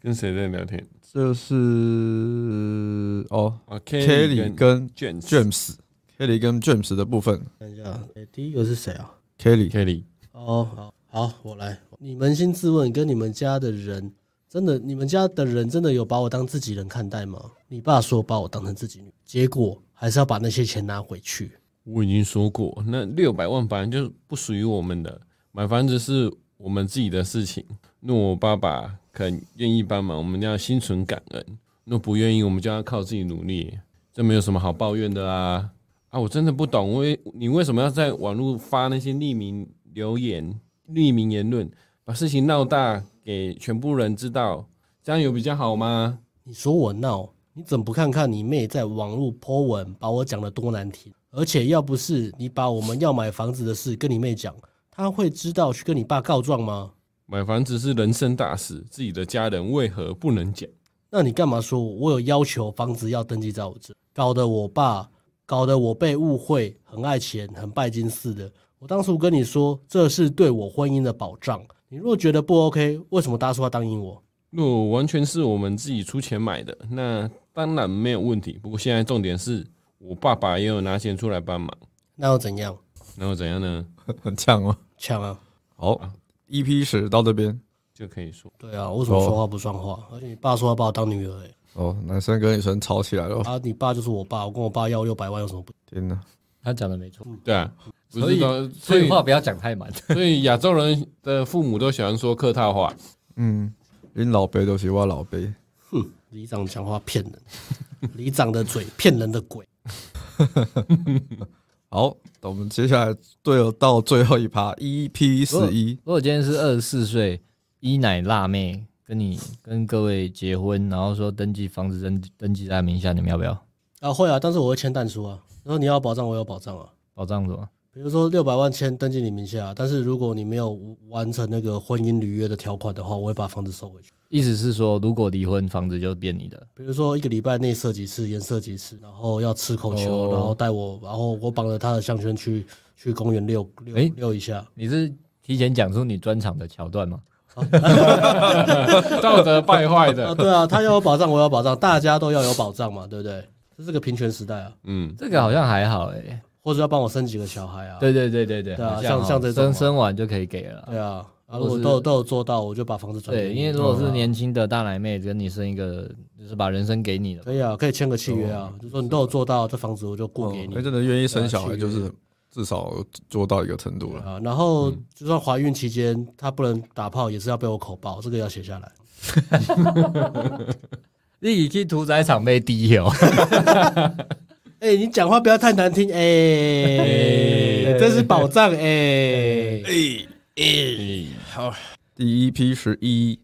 Speaker 5: 跟谁在聊天
Speaker 2: 这是哦
Speaker 5: 啊
Speaker 2: ，Kelly 跟
Speaker 5: 卷
Speaker 2: James，Kelly 跟 James 的部分
Speaker 1: 看一下，诶第一个是谁啊？
Speaker 2: ，Kelly
Speaker 5: Kelly
Speaker 1: 哦，好，好，我来。你扪心自问，跟你们家的人真的，你们家的人真的有把我当自己人看待吗？你爸说把我当成自己女，结果还是要把那些钱拿回去。
Speaker 5: 我已经说过，那六百万本来就不属于我们的，买房子是我们自己的事情。若我爸爸肯愿意帮忙，我们要心存感恩；若不愿意，我们就要靠自己努力。这没有什么好抱怨的啊！啊，我真的不懂，为你为什么要在网络发那些匿名留言、匿名言论，把事情闹大给全部人知道，这样有比较好吗？
Speaker 1: 你说我闹，你怎么不看看你妹在网络 po 文把我讲的多难听？而且要不是你把我们要买房子的事跟你妹讲，她会知道去跟你爸告状吗？
Speaker 5: 买房子是人生大事，自己的家人为何不能讲？
Speaker 1: 那你干嘛说我我有要求房子要登记在我这？搞得我爸，搞得我被误会，很爱钱，很拜金似的。我当初跟你说，这是对我婚姻的保障。你若觉得不 OK，为什么当初要答应我？
Speaker 5: 若完全是我们自己出钱买的，那当然没有问题。不过现在重点是我爸爸也有拿钱出来帮忙，
Speaker 1: 那又怎样？
Speaker 5: 然后怎样呢？
Speaker 2: 很呛吗？
Speaker 1: 抢啊！
Speaker 2: 好，EP 十到这边
Speaker 5: 就可以说
Speaker 1: 对啊，为什么说话不算话？而且你爸说要把我当女儿、欸，
Speaker 2: 哦，男生跟女生吵起来了。
Speaker 1: 啊，你爸就是我爸，我跟我爸要六百万有什么不？
Speaker 2: 天哪，
Speaker 3: 他讲的没错，
Speaker 5: 对啊，不
Speaker 3: 所以
Speaker 5: 是都
Speaker 3: 所
Speaker 5: 所
Speaker 3: 以
Speaker 5: 以
Speaker 3: 话不要讲太满。
Speaker 5: 所以亚洲人的父母都喜欢说客套话，
Speaker 2: 嗯，因老杯都是我老杯。
Speaker 1: 哼，里长讲话骗人，里长的嘴骗人的鬼。
Speaker 2: 好，那我们接下来对到最后一趴 EP 十一，
Speaker 3: 如果今天是二十四岁一奶辣妹跟你跟各位结婚，然后说登记房子登登记在她名下，你们要不要？
Speaker 1: 啊，会啊，但是我会签淡出啊。他说你要保障，我有保障啊。
Speaker 3: 保障什么？
Speaker 1: 比如说六百万签登记你名下，但是如果你没有完成那个婚姻履约的条款的话，我会把房子收回去。
Speaker 3: 意思是说，如果离婚，房子就变你的。
Speaker 1: 比如说一个礼拜内射几次，颜射几次，然后要吃口球，
Speaker 3: 哦
Speaker 1: 然后带我，然后我绑着他的项圈去去公园遛遛、
Speaker 3: 诶
Speaker 1: 遛一下。
Speaker 3: 你是提前讲出你专场的桥段吗？
Speaker 5: 道德败坏
Speaker 1: 啊，
Speaker 5: 的。
Speaker 1: 对啊，他要有保障，我要保障， 大家都要有保障嘛，对不对？这是个平权时代啊，
Speaker 5: 嗯，
Speaker 3: 这个好像还好哎、
Speaker 1: 或者要帮我生几个小孩啊，
Speaker 3: 对对对对对，
Speaker 1: 对啊
Speaker 3: 好
Speaker 1: 像
Speaker 3: 哦
Speaker 1: 像这种
Speaker 3: 生
Speaker 1: 嘛
Speaker 3: 生完就可以给了啦。
Speaker 1: 对啊，啊，
Speaker 3: 或
Speaker 1: 如果
Speaker 3: 是
Speaker 1: 都有都有做到，我就把房子转给
Speaker 3: 对，
Speaker 1: 你。
Speaker 3: 因为如果是年轻的大奶妹跟你生一个，就是把人生给你的，
Speaker 1: 可以啊，可以签个契约啊，
Speaker 3: 哦
Speaker 1: 就说你都有做到，这房子我就过给你。
Speaker 2: 哎那真的愿意生
Speaker 1: 对
Speaker 2: 小孩，
Speaker 1: 啊
Speaker 2: 就是至少做到一个程度了。
Speaker 1: 啊，然后
Speaker 2: 嗯
Speaker 1: 就算怀孕期间她不能打炮，也是要被我口爆，这个要写下来。
Speaker 3: 你已经屠宰场被低哦。
Speaker 1: 哎、你讲话不要太难听，哎、这是宝藏，哎、
Speaker 2: 第一批十一，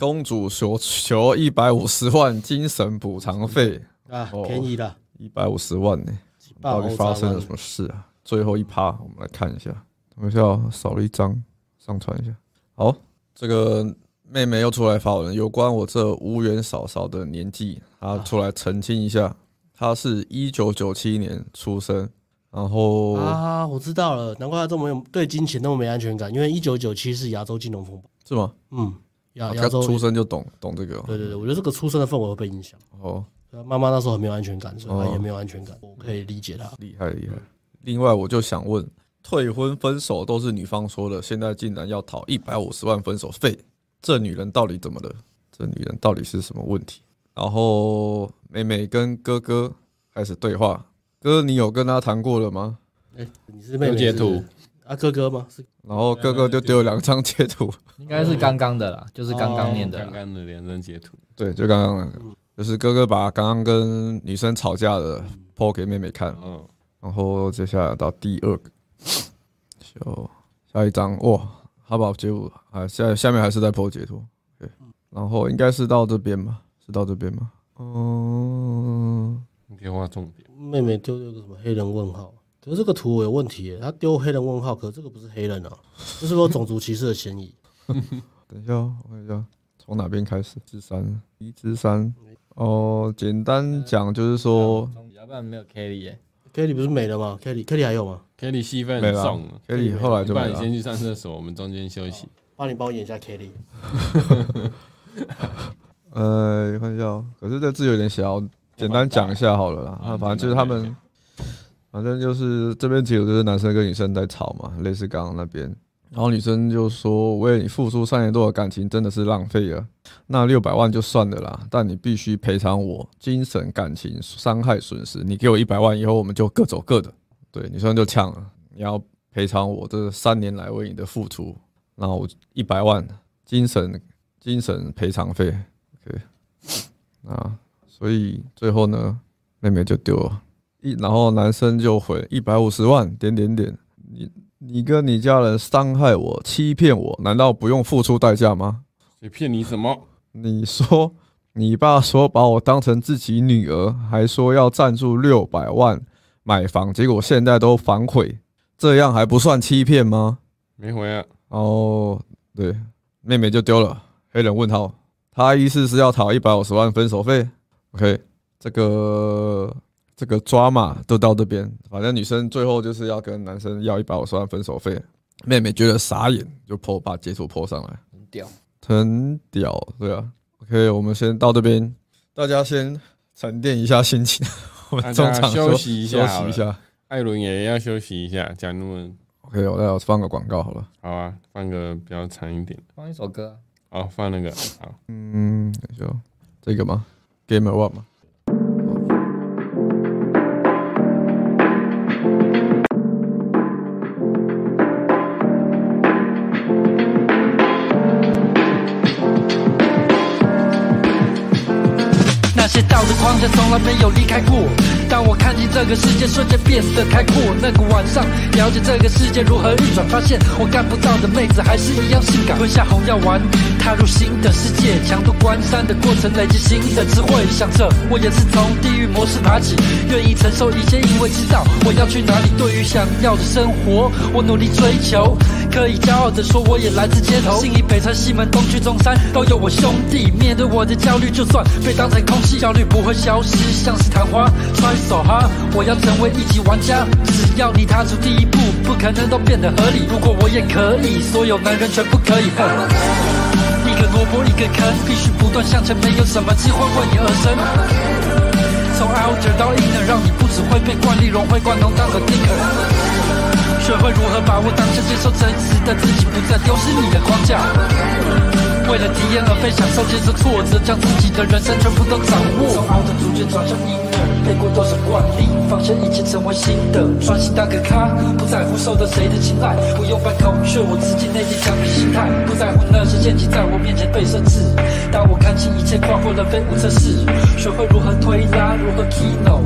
Speaker 2: 公主求求一百五十万精神补偿费，
Speaker 1: 啊
Speaker 2: 哦，
Speaker 1: 便宜的，
Speaker 2: 一百五十万呢、
Speaker 1: 几百
Speaker 2: 到
Speaker 1: 欧
Speaker 2: 底
Speaker 1: 张
Speaker 2: 发生了
Speaker 1: 啊
Speaker 2: 什么事啊？最后一趴，我们来看一下，等一下哦少了一张，上传一下。好，这个妹妹又出来发文，有关我这无缘嫂嫂的年纪，她出来澄清一下，她是一九九七年出生，然后、
Speaker 1: 啊，我知道了，难怪他这么有对金钱那么没安全感，因为一九九七是亚洲金融风暴，
Speaker 2: 是吗？
Speaker 1: 嗯，亚
Speaker 2: 啊她
Speaker 1: 亚洲，
Speaker 2: 出生就懂懂这个哦
Speaker 1: 对对对，我觉得这个出生的氛围会被影响。
Speaker 2: 哦，
Speaker 1: 对啊妈妈那时候很没有安全感，所以
Speaker 2: 哦
Speaker 1: 她也没有安全感，我可以理解她。
Speaker 2: 厉害厉害。另外，我就想问，退婚分手都是女方说的，现在竟然要讨一百五十万分手费，这女人到底怎么了？这女人到底是什么问题？然后妹妹跟哥哥开始对话。哥，你有跟他谈过了吗？
Speaker 1: 哎，你是妹妹
Speaker 5: 有截
Speaker 1: 是不是
Speaker 5: 图
Speaker 1: 啊？哥哥吗？是
Speaker 2: 然后哥哥就丢了两张截图，
Speaker 3: 应该是刚刚的啦，就是刚哦刚念的
Speaker 5: 刚
Speaker 3: 啦。
Speaker 5: 刚的两张截图，
Speaker 2: 对，就刚刚那个，嗯就是哥哥把刚刚跟女生吵架的抛给妹妹看，
Speaker 5: 嗯，
Speaker 2: 然后接下来到第二个，就下一张哇，哈宝截图啊，下下面还是在 PO 截图，对，然后应该是到这边吧，是到这边吗？嗯，
Speaker 5: 你可以画重点，
Speaker 1: 妹妹丢了个什么黑人问号？可是这个图我有问题耶，她丢黑人问号，可是这个不是黑人啊，这是不是有种族歧视的嫌疑？
Speaker 2: 等一下哦，我看一下从哪边开始？之三，一之三，哦，简单讲就是说，
Speaker 3: 要不然没有 Kelly 耶，
Speaker 1: Kelly 不是没了吗？Kelly Kelly 还有吗？
Speaker 5: k e l 戏份
Speaker 2: 没了
Speaker 5: 送了，
Speaker 2: ，Kelly 后来
Speaker 5: 不
Speaker 2: 就没
Speaker 5: 然你
Speaker 2: 了
Speaker 5: 先。去上厕所，我们中间休息。
Speaker 1: 帮你帮我演一下 Kelly。
Speaker 2: 呃，看一下哦，可是这字有点小，简单讲一下好了啦。
Speaker 5: 嗯
Speaker 2: 啊反正就是他们， 反正就是这边其实就是男生跟女生在吵嘛，类似刚刚那边。然后女生就说：“为了你付出三年多的感情，真的是浪费了。那六百万就算了啦，但你必须赔偿我精神、感情伤害损失。你给我一百万，以后我们就各走各的。”对，女生就呛了：“你要赔偿我这三年来为你的付出，那我一百万精神精神赔偿费。”啊，所以最后呢，妹妹就丢了一，然后男生就回一百五十万点点点，你你跟你家人伤害我、欺骗我，难道不用付出代价吗？
Speaker 5: 谁骗你什么？
Speaker 2: 你说你爸说把我当成自己女儿，还说要赞助六百万买房，结果现在都反悔，这样还不算欺骗吗？
Speaker 5: 没回啊，
Speaker 2: 哦，对，妹妹就丢了。黑人问号，他意思是要讨一百五十万分手费。OK，这个这个抓嘛都到这边，反正女生最后就是要跟男生要一百五十万分手费。妹妹觉得傻眼，就泼把截图泼上来，
Speaker 3: 很屌。
Speaker 2: 很屌，对啊。OK，我们先到这边，大家先沉淀一下心情， 我们
Speaker 5: 大
Speaker 2: 中
Speaker 5: 家
Speaker 2: 场
Speaker 5: 休
Speaker 2: 休
Speaker 5: 息一
Speaker 2: 休
Speaker 5: 下好
Speaker 2: 息
Speaker 5: 了
Speaker 2: 一下。
Speaker 5: 艾伦也要休息一下，讲中文。
Speaker 2: OK，我再放个广告好了。
Speaker 5: 好啊，放个比较长一点。
Speaker 3: 放一首歌啊，
Speaker 5: 好，放那个好，
Speaker 2: 嗯，等一下哦，这个吗？Game One 吗？
Speaker 6: 那些道德框架从来没有离开过。当我看清这个世界，瞬间变得开阔。那个晚上，了解这个世界如何运转，发现我干不到的妹子还是一样性感。吞下红药丸，踏入新的世界，强度关山的过程，累积新的智慧。想着我也是从地狱模式爬起，愿意承受一切，因为知道我要去哪里。对于想要的生活，我努力追求，可以骄傲地说我也来自街头。信义、北城、西门、东区、中山，都有我兄弟。面对我的焦虑，就算被当成空气，焦虑不会消失，像是昙花。穿梭哈，我要成为一级玩家。只要你踏出第一步，不可能都变得合理。如果我也可以，所有男人全部可以。哼一个萝卜一个坑，必须不断向前，没有什么计划为你而生。从 outer 到 inner，让你不只会被惯力融会贯通当个 thinker。学会如何把握当下，接受真实的自己，不再丢失你的框架。为了体验而非享受，接受挫折，将自己的人生全部都掌握。从 outer 逐渐转向 inner，背过多少惯例，放下一切，成为新的，专心当个咖，不在乎受到谁的青睐，不用扮孔雀，我自己内心强的心态，不在乎那些陷阱在我面前被设置。当我看清一切，跨过了飞舞测试，学会如何推拉，如何 kino，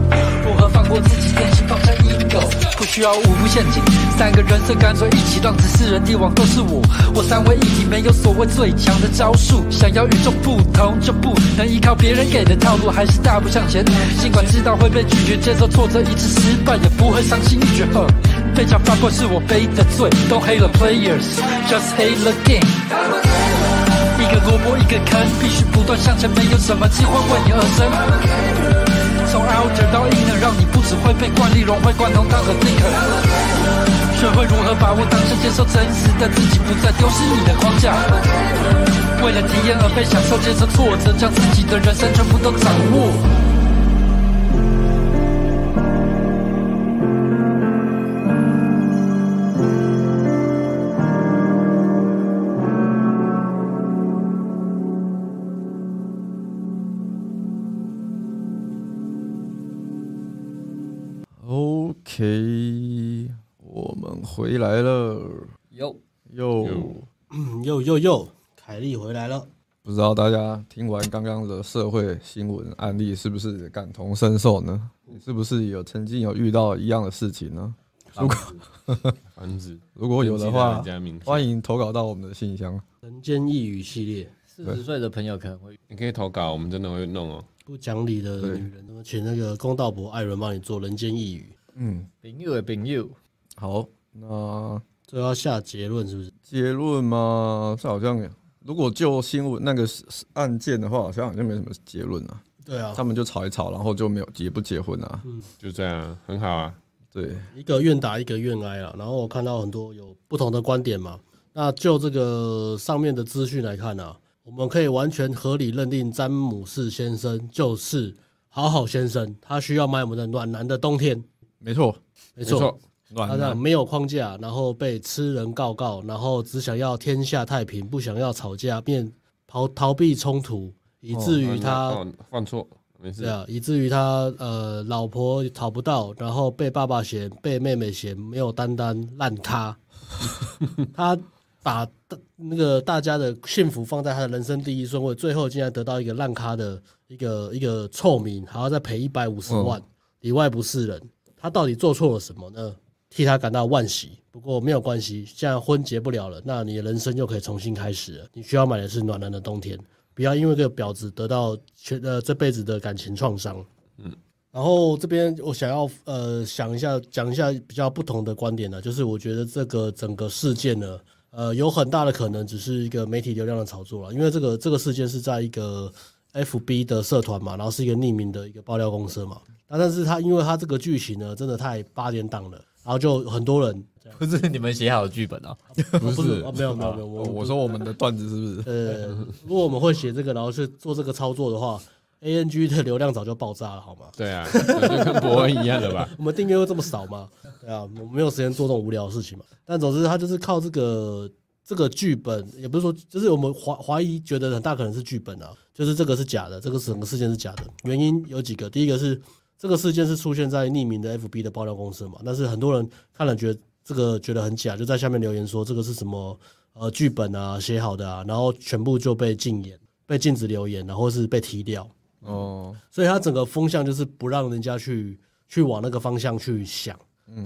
Speaker 6: 如何放过自己，真心放下 ego，不需要五步陷阱，三个人设干脆一起让只是人帝王都是我，我三位一体，没有所谓最强的招数，想要与众不同就不能依靠别人给的套路，还是大步向前，尽管知道会被拒绝，接受挫折，一次失败也不会伤心欲绝。呵被强发过是我背的罪，Don't hate the players，just hate the game。一个萝卜一个坑，必须不断向前，没有什么计划为你而生。从 outer 到 inner，让你不只会被惯例融会贯通当个 thinker，学会如何把握当下，接受真实的自己，不再丢失你的框架。为了体验而被享受，接受挫折，将自己的人生全部都掌握。
Speaker 2: OK，我们回来了
Speaker 3: 有
Speaker 2: 又
Speaker 5: 哟
Speaker 1: 嗯，又又又，凯莉回来了。
Speaker 2: 不知道大家听完刚刚的社会新闻案例，是不是感同身受呢？你是不是有曾经有遇到一样的事情呢？
Speaker 5: 房子，
Speaker 2: 如果有的话，欢
Speaker 5: 迎
Speaker 2: 迎投稿到我们的信箱。
Speaker 1: 人间一语系列，
Speaker 3: 四十岁的朋友可能会
Speaker 5: 你可以投稿，我们真的会弄哦。
Speaker 1: 不讲理的
Speaker 2: 对
Speaker 1: 女人，他们请那个公道伯艾伦帮你做人间一语，
Speaker 2: 嗯，
Speaker 3: 朋友的朋友，
Speaker 2: 好，那
Speaker 1: 最后要下结论是不是？
Speaker 2: 结论嘛，这好像如果就新闻那个事事案件的话，好像好像没什么结论啊。
Speaker 1: 对啊
Speaker 2: 他，们就吵一吵，然后就没有结不结婚啊？
Speaker 5: 就这样，很好啊。
Speaker 2: 对，
Speaker 1: 一个愿打一个愿挨啦。然后我看到很多有不同的观点嘛。那就这个上面的资讯来看啊，我们可以完全合理认定詹姆士先生就是好好先生，他需要买我们的暖男的冬天，
Speaker 2: 没错，
Speaker 1: 没
Speaker 5: 没错
Speaker 1: 错，他
Speaker 2: 暖
Speaker 1: 这样
Speaker 2: 男
Speaker 1: 没有框架，然后被吃人告告，然后只想要天下太平，不想要吵架，便逃逃避冲突，以至于他、
Speaker 5: 哦犯错，没事
Speaker 1: 对。啊，以至于他呃老婆讨不到，然后被爸爸嫌，被妹妹嫌，没有担当，烂咖。他把大那个大家的幸福放在他的人生第一顺位，最后竟然得到一个烂咖的一个一个臭名，还要再赔一百五十万，里外不是人。他到底做错了什么呢？替他感到惋惜。不过没有关系，现在婚结不了了，那你的人生又可以重新开始了。你需要买的是暖男的冬天，不要因为这个婊子得到全呃这辈子的感情创伤。嗯，然后这边我想要呃想一下讲一下比较不同的观点呢，就是我觉得这个整个事件呢。呃，有很大的可能只是一个媒体流量的炒作了，因为这个这个事件是在一个 FB 的社团嘛，然后是一个匿名的一个爆料公司嘛，那但是他因为他这个剧情呢，真的太八点档了，然后就很多人
Speaker 3: 不是你们写好剧本哦，
Speaker 1: 不
Speaker 5: 是
Speaker 1: 啊，没有没有没有，
Speaker 2: 我
Speaker 1: 我
Speaker 2: 我说我们的段子是不 是？
Speaker 1: 呃，如果我们会写这个，然后去做这个操作的话，ANG 的流量早就爆炸了，好吗？
Speaker 5: 对啊，就跟伯恩一样的吧？
Speaker 1: 我们订阅会这么少吗？对啊，我没有时间做这种无聊的事情嘛。但总之，他就是靠这个这个剧本，也不是说，就是我们怀怀疑，觉得很大可能是剧本啊，就是这个是假的，这个整个事件是假的。原因有几个，第一个是这个事件是出现在匿名的 FB 的爆料公司嘛，但是很多人看了觉得这个觉得很假，就在下面留言说这个是什么呃剧本啊写好的啊，然后全部就被禁言、被禁止留言，然后是被踢掉。
Speaker 2: 哦，
Speaker 1: 所以他整个风向就是不让人家去去往那个方向去想，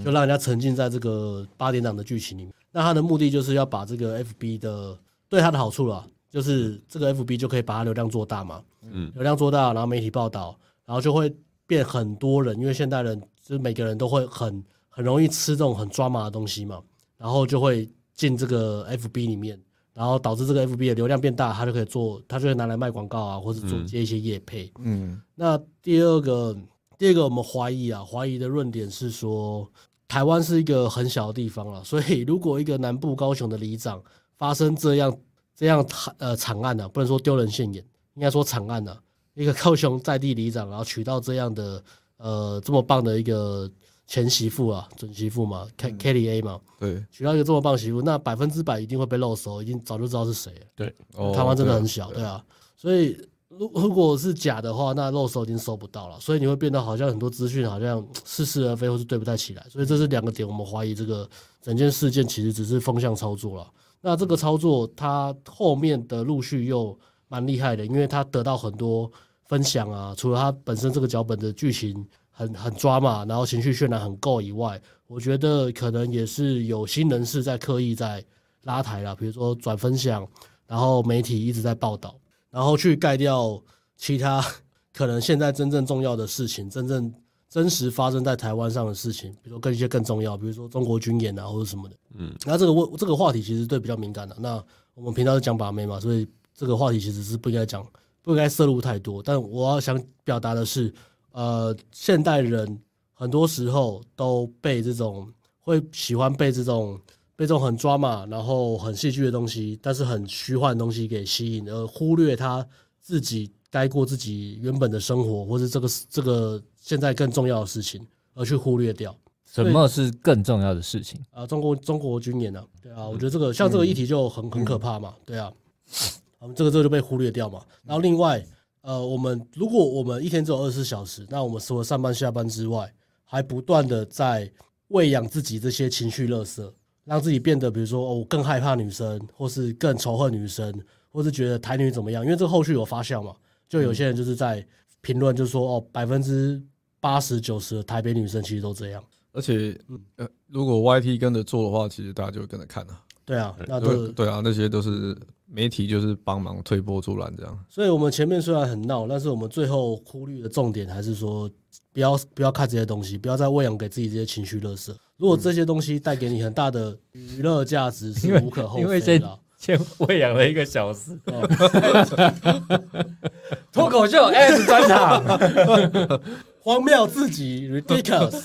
Speaker 1: 就让人家沉浸在这个八点档的剧情里面。那他的目的就是要把这个 FB 的对他的好处啦，就是这个 FB 就可以把它流量做大嘛，
Speaker 5: 嗯
Speaker 1: 流量做大，然后媒体报道，然后就会变很多人，因为现代人就是每个人都会很很容易吃这种很抓马的东西嘛，然后就会进这个 FB 里面。然后导致这个 FB 的流量变大，他就可以做，他就会拿来卖广告啊，或者做接一些业配。
Speaker 2: 嗯，
Speaker 1: 那第二个，第二个我们怀疑啊，怀疑的论点是说，台湾是一个很小的地方了， 所以如果一个南部高雄的里长发生这样这样惨呃惨案呢、啊，不能说丢人现眼，应该说惨案呢、啊，一个高雄在地里长，然后娶到这样的呃这么棒的一个前媳妇啊，准媳妇嘛，K K D A 嘛，
Speaker 2: 对，
Speaker 1: 娶到一个这么棒的媳妇，那百分之百一定会被露手，已经早就知道是谁了。
Speaker 2: 哦
Speaker 1: 台湾真的很小，对啊，所以如如果是假的话，那肉搜已经搜不到了，所以你会变得好像很多资讯好像嗯似是而非，或是对不太起来，所以这是两个点，我们怀疑这个整件事件其实只是风向操作了。那这个操作它后面的陆续又蛮厉害的，因为它得到很多分享啊，除了它本身这个脚本的剧情很很抓嘛，然后情绪渲染很够以外，我觉得可能也是有心人士在刻意在拉抬啦，比如说转分享，然后媒体一直在报道，然后去盖掉其他 可能现在真正重要的事情，真正真实发生在台湾上的事情，比如说跟一些更重要，比如说中国军演啊或者什么的。嗯，那这个问这个话题其实对比较敏感的、啊那我们频道是讲把妹嘛，所以这个话题其实是不应该讲，不应该摄入太多。但我要想表达的是，呃，现代人很多时候都被这种会喜欢被这种被这种很抓马，然后很戏剧的东西，但是很虚幻的东西给吸引，而忽略他自己该过自己原本的生活，或是这个这个现在更重要的事情，而去忽略掉。
Speaker 3: 什么是更重要的事情？
Speaker 1: 啊，中国中国军演呢、啊？对啊，我觉得这个像这个议题就很、很可怕嘛，对啊，我们这个这个就被忽略掉嘛。然后另外，呃，我们如果我们一天只有二十四小时，那我们除了上班下班之外，还不断的在喂养自己这些情绪垃圾，让自己变得比如说哦，我更害怕女生，或是更仇恨女生，或是觉得台女怎么样？因为这后续有发酵嘛，就有些人就是在评论就说哦，百分之八十九十的台北女生其实都这样。
Speaker 2: 而且
Speaker 1: 嗯
Speaker 2: 呃，如果 YT 跟着做的话，其实大家就会跟着看啊。
Speaker 1: 对啊，那
Speaker 2: 对
Speaker 1: 都
Speaker 2: 对啊，那些都是媒体就是帮忙推波助澜这样。
Speaker 1: 所以我们前面虽然很闹，但是我们最后忽略的重点还是说，不要不要看这些东西，不要再喂养给自己这些情绪垃圾。如果这些东西带给你很大的娱乐价值，是无可厚
Speaker 3: 因为
Speaker 1: 非
Speaker 3: 这
Speaker 1: 的啊。
Speaker 3: 先喂养了一个小时
Speaker 1: 哦，
Speaker 3: 脱口秀 S 专场，
Speaker 1: 荒谬自己 ridiculous。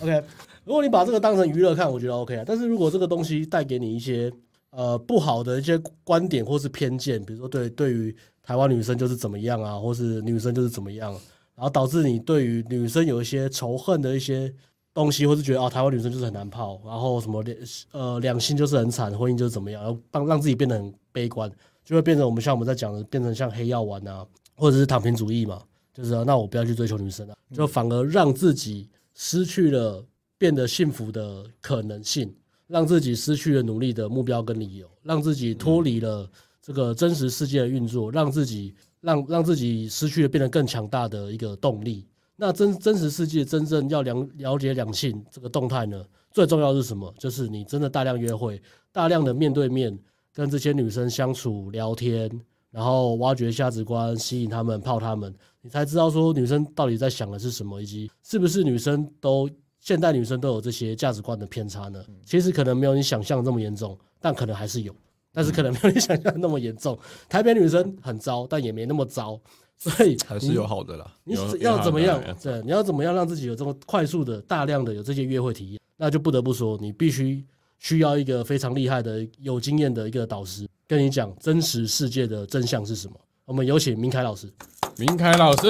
Speaker 1: OK，如果你把这个当成娱乐看，我觉得 OK 啊。但是如果这个东西带给你一些呃不好的一些观点或是偏见，比如说对对于台湾女生就是怎么样啊，或是女生就是怎么样，然后导致你对于女生有一些仇恨的一些东西，或是觉得啊台湾女生就是很难泡，然后什么两呃两性就是很惨，婚姻就是怎么样，然后让让自己变得很悲观，就会变成我们像我们在讲的，变成像黑药丸啊，或者是躺平主义嘛。就是、啊、那我不要去追求女生了、就反而让自己失去了变得幸福的可能性，让自己失去了努力的目标跟理由，让自己脱离了这个真实世界的运作，让自己让让自己失去了变得更强大的一个动力。那真真实世界真正要了了解两性这个动态呢，最重要的是什么？就是你真的大量约会，大量的面对面跟这些女生相处聊天，然后挖掘价值观，吸引她们，泡她们，你才知道说女生到底在想的是什么，以及是不是女生都现代女生都有这些价值观的偏差呢？
Speaker 2: 嗯
Speaker 1: 其实可能没有你想象这么严重，但可能还是有，但是可能没有你想象那么严重。台北女生很糟，但也没那么糟，所以
Speaker 2: 还是有好的啦。
Speaker 1: 你
Speaker 5: 有
Speaker 1: 只
Speaker 5: 有
Speaker 1: 要
Speaker 5: 好
Speaker 1: 怎么
Speaker 5: 的
Speaker 1: 样
Speaker 5: 有？
Speaker 1: 对，你要怎么样让自己有这么快速的、大量的有这些约会体验？那就不得不说，你必须需要一个非常厉害的、有经验的一个导师，跟你讲真实世界的真相是什么。我们有请明凯老师。
Speaker 5: 明凯老师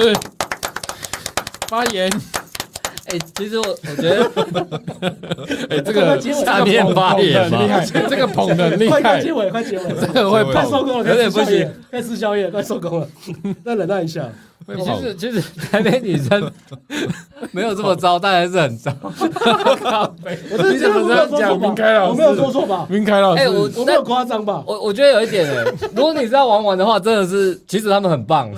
Speaker 5: 发言，
Speaker 3: 哎，其实我我觉得
Speaker 5: 哎，这个
Speaker 1: 结尾
Speaker 5: 这个
Speaker 3: 下面发言
Speaker 5: 捧得很厉
Speaker 3: 吧
Speaker 5: 害，这个捧的厉
Speaker 1: 快快
Speaker 5: 害，
Speaker 1: 结尾，快结尾，
Speaker 5: 这个会
Speaker 2: 结尾
Speaker 1: 快收
Speaker 5: 捧，
Speaker 1: 工了，
Speaker 3: 有
Speaker 1: 该吃
Speaker 3: 点
Speaker 1: 宵
Speaker 3: 不行
Speaker 1: 夜，该吃宵夜，快收工了， 再忍耐一下。
Speaker 5: 会
Speaker 3: 其
Speaker 5: 捧
Speaker 3: 实其实台北女生 没有这么糟，但还是很糟。
Speaker 1: 我真的
Speaker 3: 你怎
Speaker 1: 真的
Speaker 3: 么
Speaker 1: 没有说错
Speaker 3: 这样讲
Speaker 1: 吧
Speaker 5: 明凯老师
Speaker 1: 我没有说错吧？
Speaker 5: 明凯老
Speaker 3: 哎，我
Speaker 5: 师，
Speaker 1: 我没
Speaker 3: 但
Speaker 1: 有夸张吧？
Speaker 3: 我我觉得有一点哎，如果你是要玩玩的话，真的是其实他们很棒。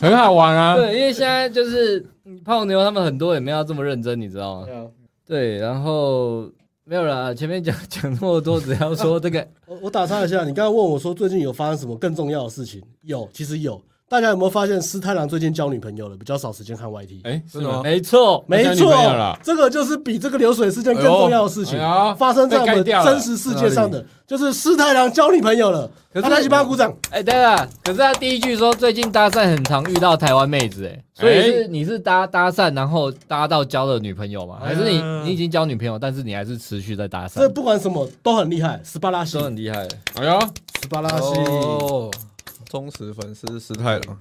Speaker 5: 很好玩啊，
Speaker 3: 对，因为现在就是你泡妞，他们很多也没有要这么认真，你知道吗
Speaker 1: 对？啊
Speaker 3: 对，然后没有啦，前面讲讲那么多，只要说这个
Speaker 1: 我我打岔一下，你刚刚问我说最近有发生什么更重要的事情？有，其实有。大家有没有发现斯太郎最近交女朋友了，比较少时间看 YT？、
Speaker 5: 哎，是吗？
Speaker 3: 没错，
Speaker 1: 没
Speaker 5: 他交
Speaker 1: 错
Speaker 5: 女朋友了，
Speaker 1: 这个就是比这个流水事件更重要的事情，
Speaker 5: 哎呦
Speaker 1: 发生在我
Speaker 5: 被
Speaker 1: 们
Speaker 5: 干掉了
Speaker 1: 真实世界上的，就是斯太郎交女朋友了。
Speaker 3: 可是
Speaker 1: 大家一起帮他鼓
Speaker 5: 嗯
Speaker 1: 掌。
Speaker 3: 哎，对了，可是他第一句说最近搭讪很常遇到台湾妹子，哎，所以是你是搭搭讪，然后搭到交了女朋友吗？还是你你已经交女朋友，但是你还是持续在搭
Speaker 1: 这
Speaker 3: 讪？
Speaker 1: 不管什么都很厉害，斯巴拉西
Speaker 2: 都，很厉害，
Speaker 5: 哎呦，
Speaker 1: 斯巴拉西，
Speaker 2: 哦，忠实粉丝师太郎，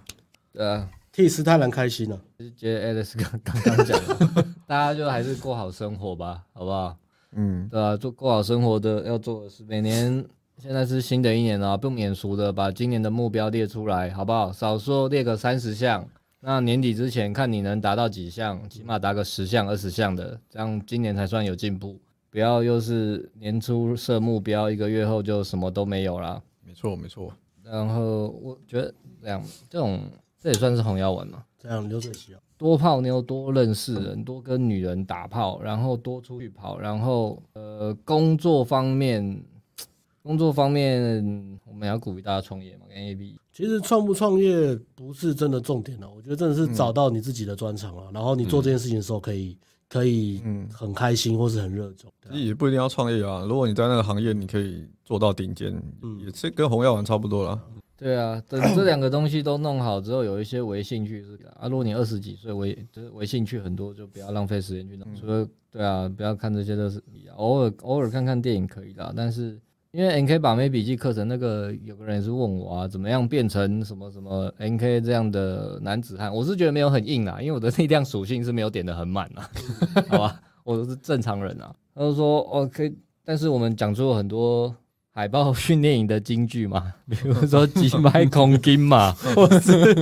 Speaker 3: 呃，
Speaker 1: 替斯太郎开心啊了。
Speaker 3: 就觉得 Alex 刚 刚刚讲的，大家就还是过好生活吧，好不好？
Speaker 2: 嗯，
Speaker 3: 对啊，做过好生活的要做的是每年。现在是新的一年了，不免俗的把今年的目标列出来，好不好？少说列个三十项，那年底之前看你能达到几项，起码达个十项、二十项的，这样今年才算有进步。不要又是年初设目标，一个月后就什么都没有啦。
Speaker 2: 没错没错，
Speaker 3: 然后我觉得这样，这种这也算是红药丸嘛。
Speaker 1: 这样流水席啊，
Speaker 3: 多泡妞，多认识人，多跟女人打炮，然后多出去跑，然后呃，工作方面，工作方面，我们也要鼓励大家创业嘛，跟 A B
Speaker 1: 其实创不创业不是真的重点啊了、我觉得真的是
Speaker 5: 嗯
Speaker 1: 找到你自己的专长啊了、然后你做这件事情的时候可以、可以
Speaker 2: 嗯
Speaker 1: 很开心或是很热衷。对啊
Speaker 2: 也不一定要创业啊。如果你在那个行业，你可以做到顶尖，
Speaker 1: 嗯
Speaker 2: 也是跟红药丸差不多啦。
Speaker 3: 对啊，等这两个东西都弄好之后，有一些微兴趣是啊，如果你二十几岁微就是微兴趣很多，就不要浪费时间去弄。除了对啊，不要看这些都是偶尔偶尔看看电影可以啦，但是因为 N K 把妹笔记课程那个有个人也是问我啊，怎么样变成什么什么 N K 这样的男子汉？我是觉得没有很硬啊，因为我的 力量属性是没有点的很满啊， 好吧，我是正常人啊。他就说 OK，但是我们讲出很多海 报训练营的金句嘛，比如说“金麦空金”嘛，或是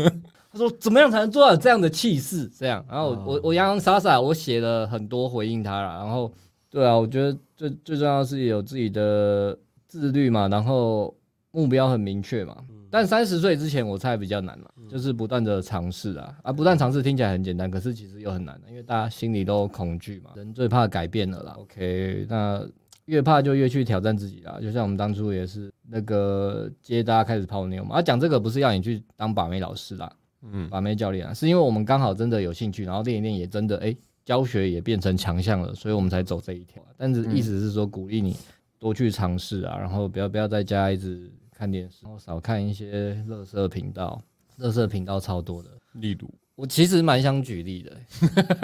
Speaker 3: 他说怎么样才能做到有这样的气势？这样，然后我、我我洋洋洒洒我写了很多回应他了，然后对啊，我觉得最最重要的是有自己的自律嘛，然后目标很明确嘛。但三十岁之前我猜比较难嘛，就是不断的尝试啊啊，不断尝试听起来很简单，可是其实又很难，啊因为大家心里都恐惧嘛，人最怕改变了啦。OK，那越怕就越去挑战自己啦。就像我们当初也是那个接大家开始泡妞嘛，啊，讲这个不是要你去当把妹老师啦，嗯，把妹教练啊，是因为我们刚好真的有兴趣，然后练一练也真的哎、教学也变成强项了，所以我们才走这一条啊。但是意思是说鼓励你多去尝试啊，然后不要不要在家一直看电视，然后少看一些乐色频道，乐色频道超多的。
Speaker 5: 例如，
Speaker 3: 我其实蛮想举例的、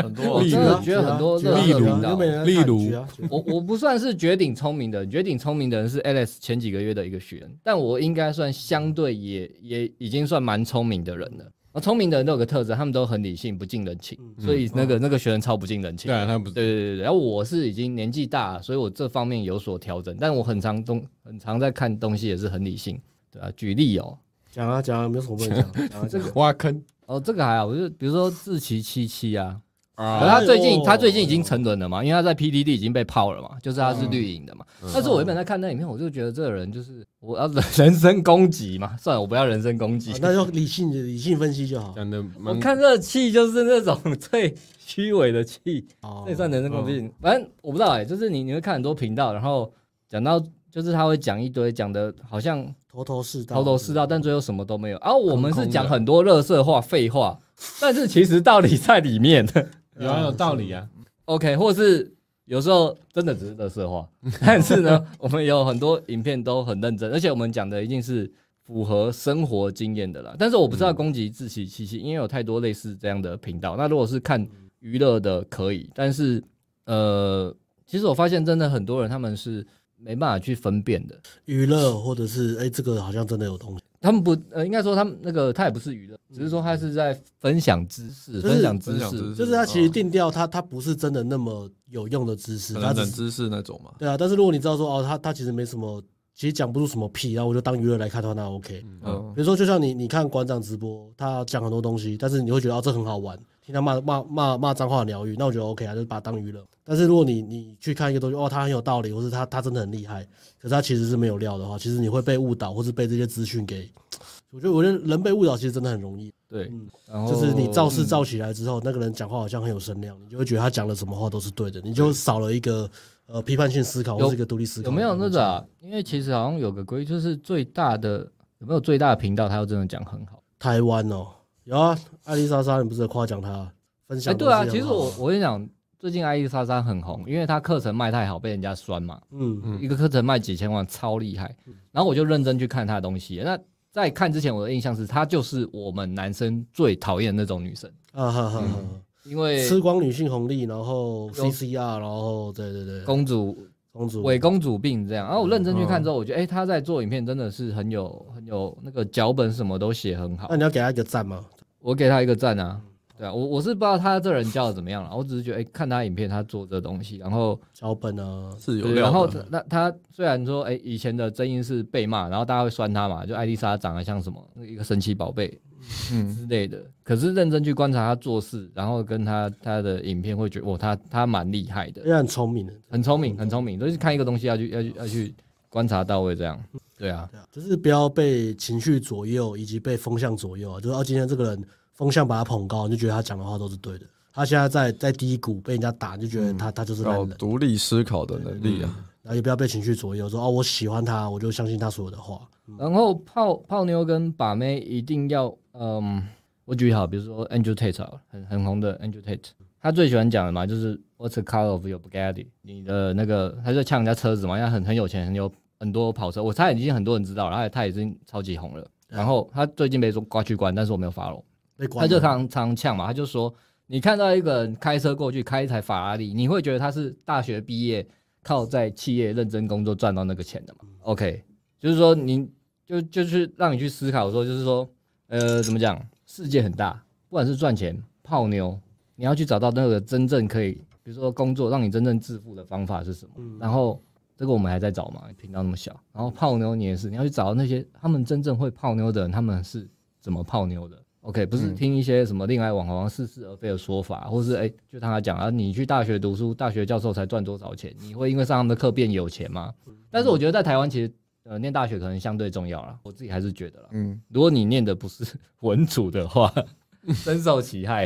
Speaker 2: 很 多
Speaker 3: 我
Speaker 5: 例
Speaker 3: 真
Speaker 5: 如
Speaker 3: 的觉得很多乐
Speaker 5: 例
Speaker 3: 色
Speaker 5: 如
Speaker 3: 频道，
Speaker 5: 例如
Speaker 1: 啊
Speaker 3: 我我不算是绝顶聪明的人，绝顶聪明的人是 Alex 前几个月的一个学员，但我应该算相对也也已经算蛮聪明的人了。啊，聪明的人都有个特质，他们都很理性，不近人情，所以那个、那个学员超不近人情。
Speaker 5: 嗯对啊，他不
Speaker 3: 对对对对，然后我是已经年纪大了，所以我这方面有所调整，但我很常东很常在看东西，也是很理性，对啊，举例哦，
Speaker 1: 讲啊讲啊，没有什么不能讲。讲啊讲啊
Speaker 5: 挖坑，
Speaker 3: 哦，这个还好，我就比如说自奇七七啊，
Speaker 2: 啊
Speaker 3: 可是他最近、
Speaker 1: 哎呦
Speaker 3: 他最近已经沉沦了嘛，因为他在 PDD 已经被泡了嘛，就是他是绿营的嘛。但是我原本在看那里面，我就觉得这个人就是我要人 人身攻击嘛，算了，我不要人身攻击。
Speaker 1: 哦那就理性理性分析就好。
Speaker 5: 讲的
Speaker 3: 我
Speaker 5: 蛮
Speaker 3: 看这气就是那种 最虚伪的气，
Speaker 1: 哦
Speaker 3: 这也算人身攻击。反正我不知道哎、就是你你会看很多频道，然后讲到就是他会讲一堆，讲的好像
Speaker 1: 头头是道，
Speaker 3: 头头是道，但最后什么都没有。然、后我们是
Speaker 5: 空空的
Speaker 3: 讲很多垃圾话、废话，但是其实道理在里面。
Speaker 5: 有啊有道理啊，
Speaker 3: OK，或是有时候真的只是乐 色话，但是呢，我们有很多影片都很认真，而且我们讲的一定是符合生活经验的啦。但是我不知道攻击自欺欺欺，因为有太多类似这样的频道。那如果是看娱乐的可以，但是呃，其实我发现真的很多人他们是没办法去分辨的。
Speaker 1: 娱乐，或者是哎、这个好像真的有东西，
Speaker 3: 他们不，呃，应该说他们那个他也不是娱乐，只是说他是在分享知识，
Speaker 1: 就是
Speaker 3: 分享知
Speaker 2: 分享知
Speaker 3: 识
Speaker 2: 识，
Speaker 1: 就是它其
Speaker 5: 哦
Speaker 1: 实
Speaker 2: 定
Speaker 1: 定调它它不是真的那么有用的知识，
Speaker 2: 可
Speaker 1: 它
Speaker 2: 能
Speaker 1: 只
Speaker 2: 冷
Speaker 1: 是
Speaker 2: 知识那种嘛，
Speaker 1: 对啊。但是如果你知道说哦，它它其实没什么，其实讲不出什么屁，然后我就当娱乐来看的话，那 OK。
Speaker 2: 嗯
Speaker 1: 比如说，就像你你看馆长直播，他讲很多东西，但是你会觉得哦，这很好玩，听他骂骂骂骂脏话很疗愈，那我觉得 OK 啊，就是把它当娱乐。但是如果你你去看一个东西，哦，他很有道理，或是他他真的很厉害，可是他其实是没有料的话，其实你会被误导，或是被这些资讯给。我觉得，我觉得人被误导其实真的很容易，
Speaker 3: 对
Speaker 1: 嗯，
Speaker 3: 然后
Speaker 1: 就是你
Speaker 3: 嗯
Speaker 1: 造势造起来之后，那个人讲话好像很有声量，你就会觉得他讲的什么话都是对的，你就少了一个呃批判性思考，
Speaker 3: 有
Speaker 1: 或是一个独立思考
Speaker 3: 有
Speaker 1: 的
Speaker 3: 没
Speaker 1: 东西。
Speaker 3: 有那个、啊？因为其实好像有个规，就是最大的有没有最大的频道，他又真的讲很好。
Speaker 1: 台湾哦，有啊，艾丽莎莎，你不是有夸奖她分
Speaker 3: 哎、
Speaker 1: 享东
Speaker 3: 对
Speaker 1: 西
Speaker 3: 啊，
Speaker 1: 很好？
Speaker 3: 其实我我跟你讲，最近艾丽莎莎很红，因为她课程卖太好，被人家酸嘛，
Speaker 1: 嗯，
Speaker 3: 一个课程卖几千万，超厉害。然后我就认真去看她的东西。那在看之前，我的印象是她就是我们男生最讨厌的那种女生，
Speaker 1: 啊哈哈哈，
Speaker 3: 因为
Speaker 1: 吃光女性红利，然后
Speaker 3: 有
Speaker 1: CCR，然后对对对，
Speaker 3: 公主
Speaker 1: 公主
Speaker 3: 伪公主病这样。然啊后我认真去看之后，我觉得哎、她在做影片真的是很有很有那个脚本，什么都写很好
Speaker 1: 那。你要给她一个赞吗？
Speaker 3: 我给他一个赞啊，
Speaker 2: 嗯
Speaker 3: 对啊，我我是不知道他这人教的怎么样了，我只是觉得，哎、看他影片，他做这东西，然后，
Speaker 1: 脚本啊，
Speaker 2: 是有
Speaker 3: 对
Speaker 2: 料的，
Speaker 3: 然后那他虽然说，哎、以前的争议是被骂，然后大家会酸他嘛，就艾丽莎长得像什么一个神奇宝贝
Speaker 2: 嗯
Speaker 3: 之类的，可是认真去观察他做事，然后跟他他的影片，会觉得，哦，他他蛮厉害的
Speaker 1: 人，家很聪明的，
Speaker 3: 很聪明，很聪明，就是看一个东西要去要去要去观察到位这样，对啊，
Speaker 1: 对啊就是不要被情绪左右，以及被风向左右啊。就是哦，今天这个人风向把他捧高，你就觉得他讲的话都是对的。他现在在在低谷被人家打，你就觉
Speaker 3: 嗯
Speaker 1: 得他、他就是烂
Speaker 2: 要
Speaker 1: 人。
Speaker 2: 独立思考的能力啊，
Speaker 1: 然后也不要被情绪左右，说哦，我喜欢他，我就相信他所有的话。
Speaker 3: 然后泡泡妞跟把妹一定要，嗯，我举例好，比如说 Andrew Tate 好了很很红的 Andrew Tate，他最喜欢讲的嘛，就是 What's the color of your Bugatti？你的那个，他就呛人家车子嘛，因为他很很有钱，很有很多跑车，我猜已经很多人知道了，他也他已经超级红了。然后他最近被说抓去关，但是我没有 follow。
Speaker 1: 被关
Speaker 3: 他就
Speaker 1: 了
Speaker 3: 常常呛嘛，他就说，你看到一个人开车过去开一台法拉利，你会觉得他是大学毕业，靠在企业认真工作赚到那个钱的嘛？OK，就是说你就就是让你去思考说，就是说，呃，怎么讲？世界很大，不管是赚钱、泡妞，你要去找到那个真正可以，比如说工作让你真正致富的方法是什么？
Speaker 1: 嗯
Speaker 3: 然后。这个我们还在找嘛，频道那么小，然后泡妞你也是，你要去找那些他们真正会泡妞的人，他们是怎么泡妞的， OK，不是听一些什么另外网红似是而非的说法，或是哎、就像他讲啊，你去大学读书，大学教授才赚多少钱？你会因为上他们的课变有钱吗？但是我觉得在台湾其实。呃，念大学可能相对重要啦，我自己还是觉得啦。
Speaker 2: 嗯，
Speaker 3: 如果你念的不是文组的话， 深受其害。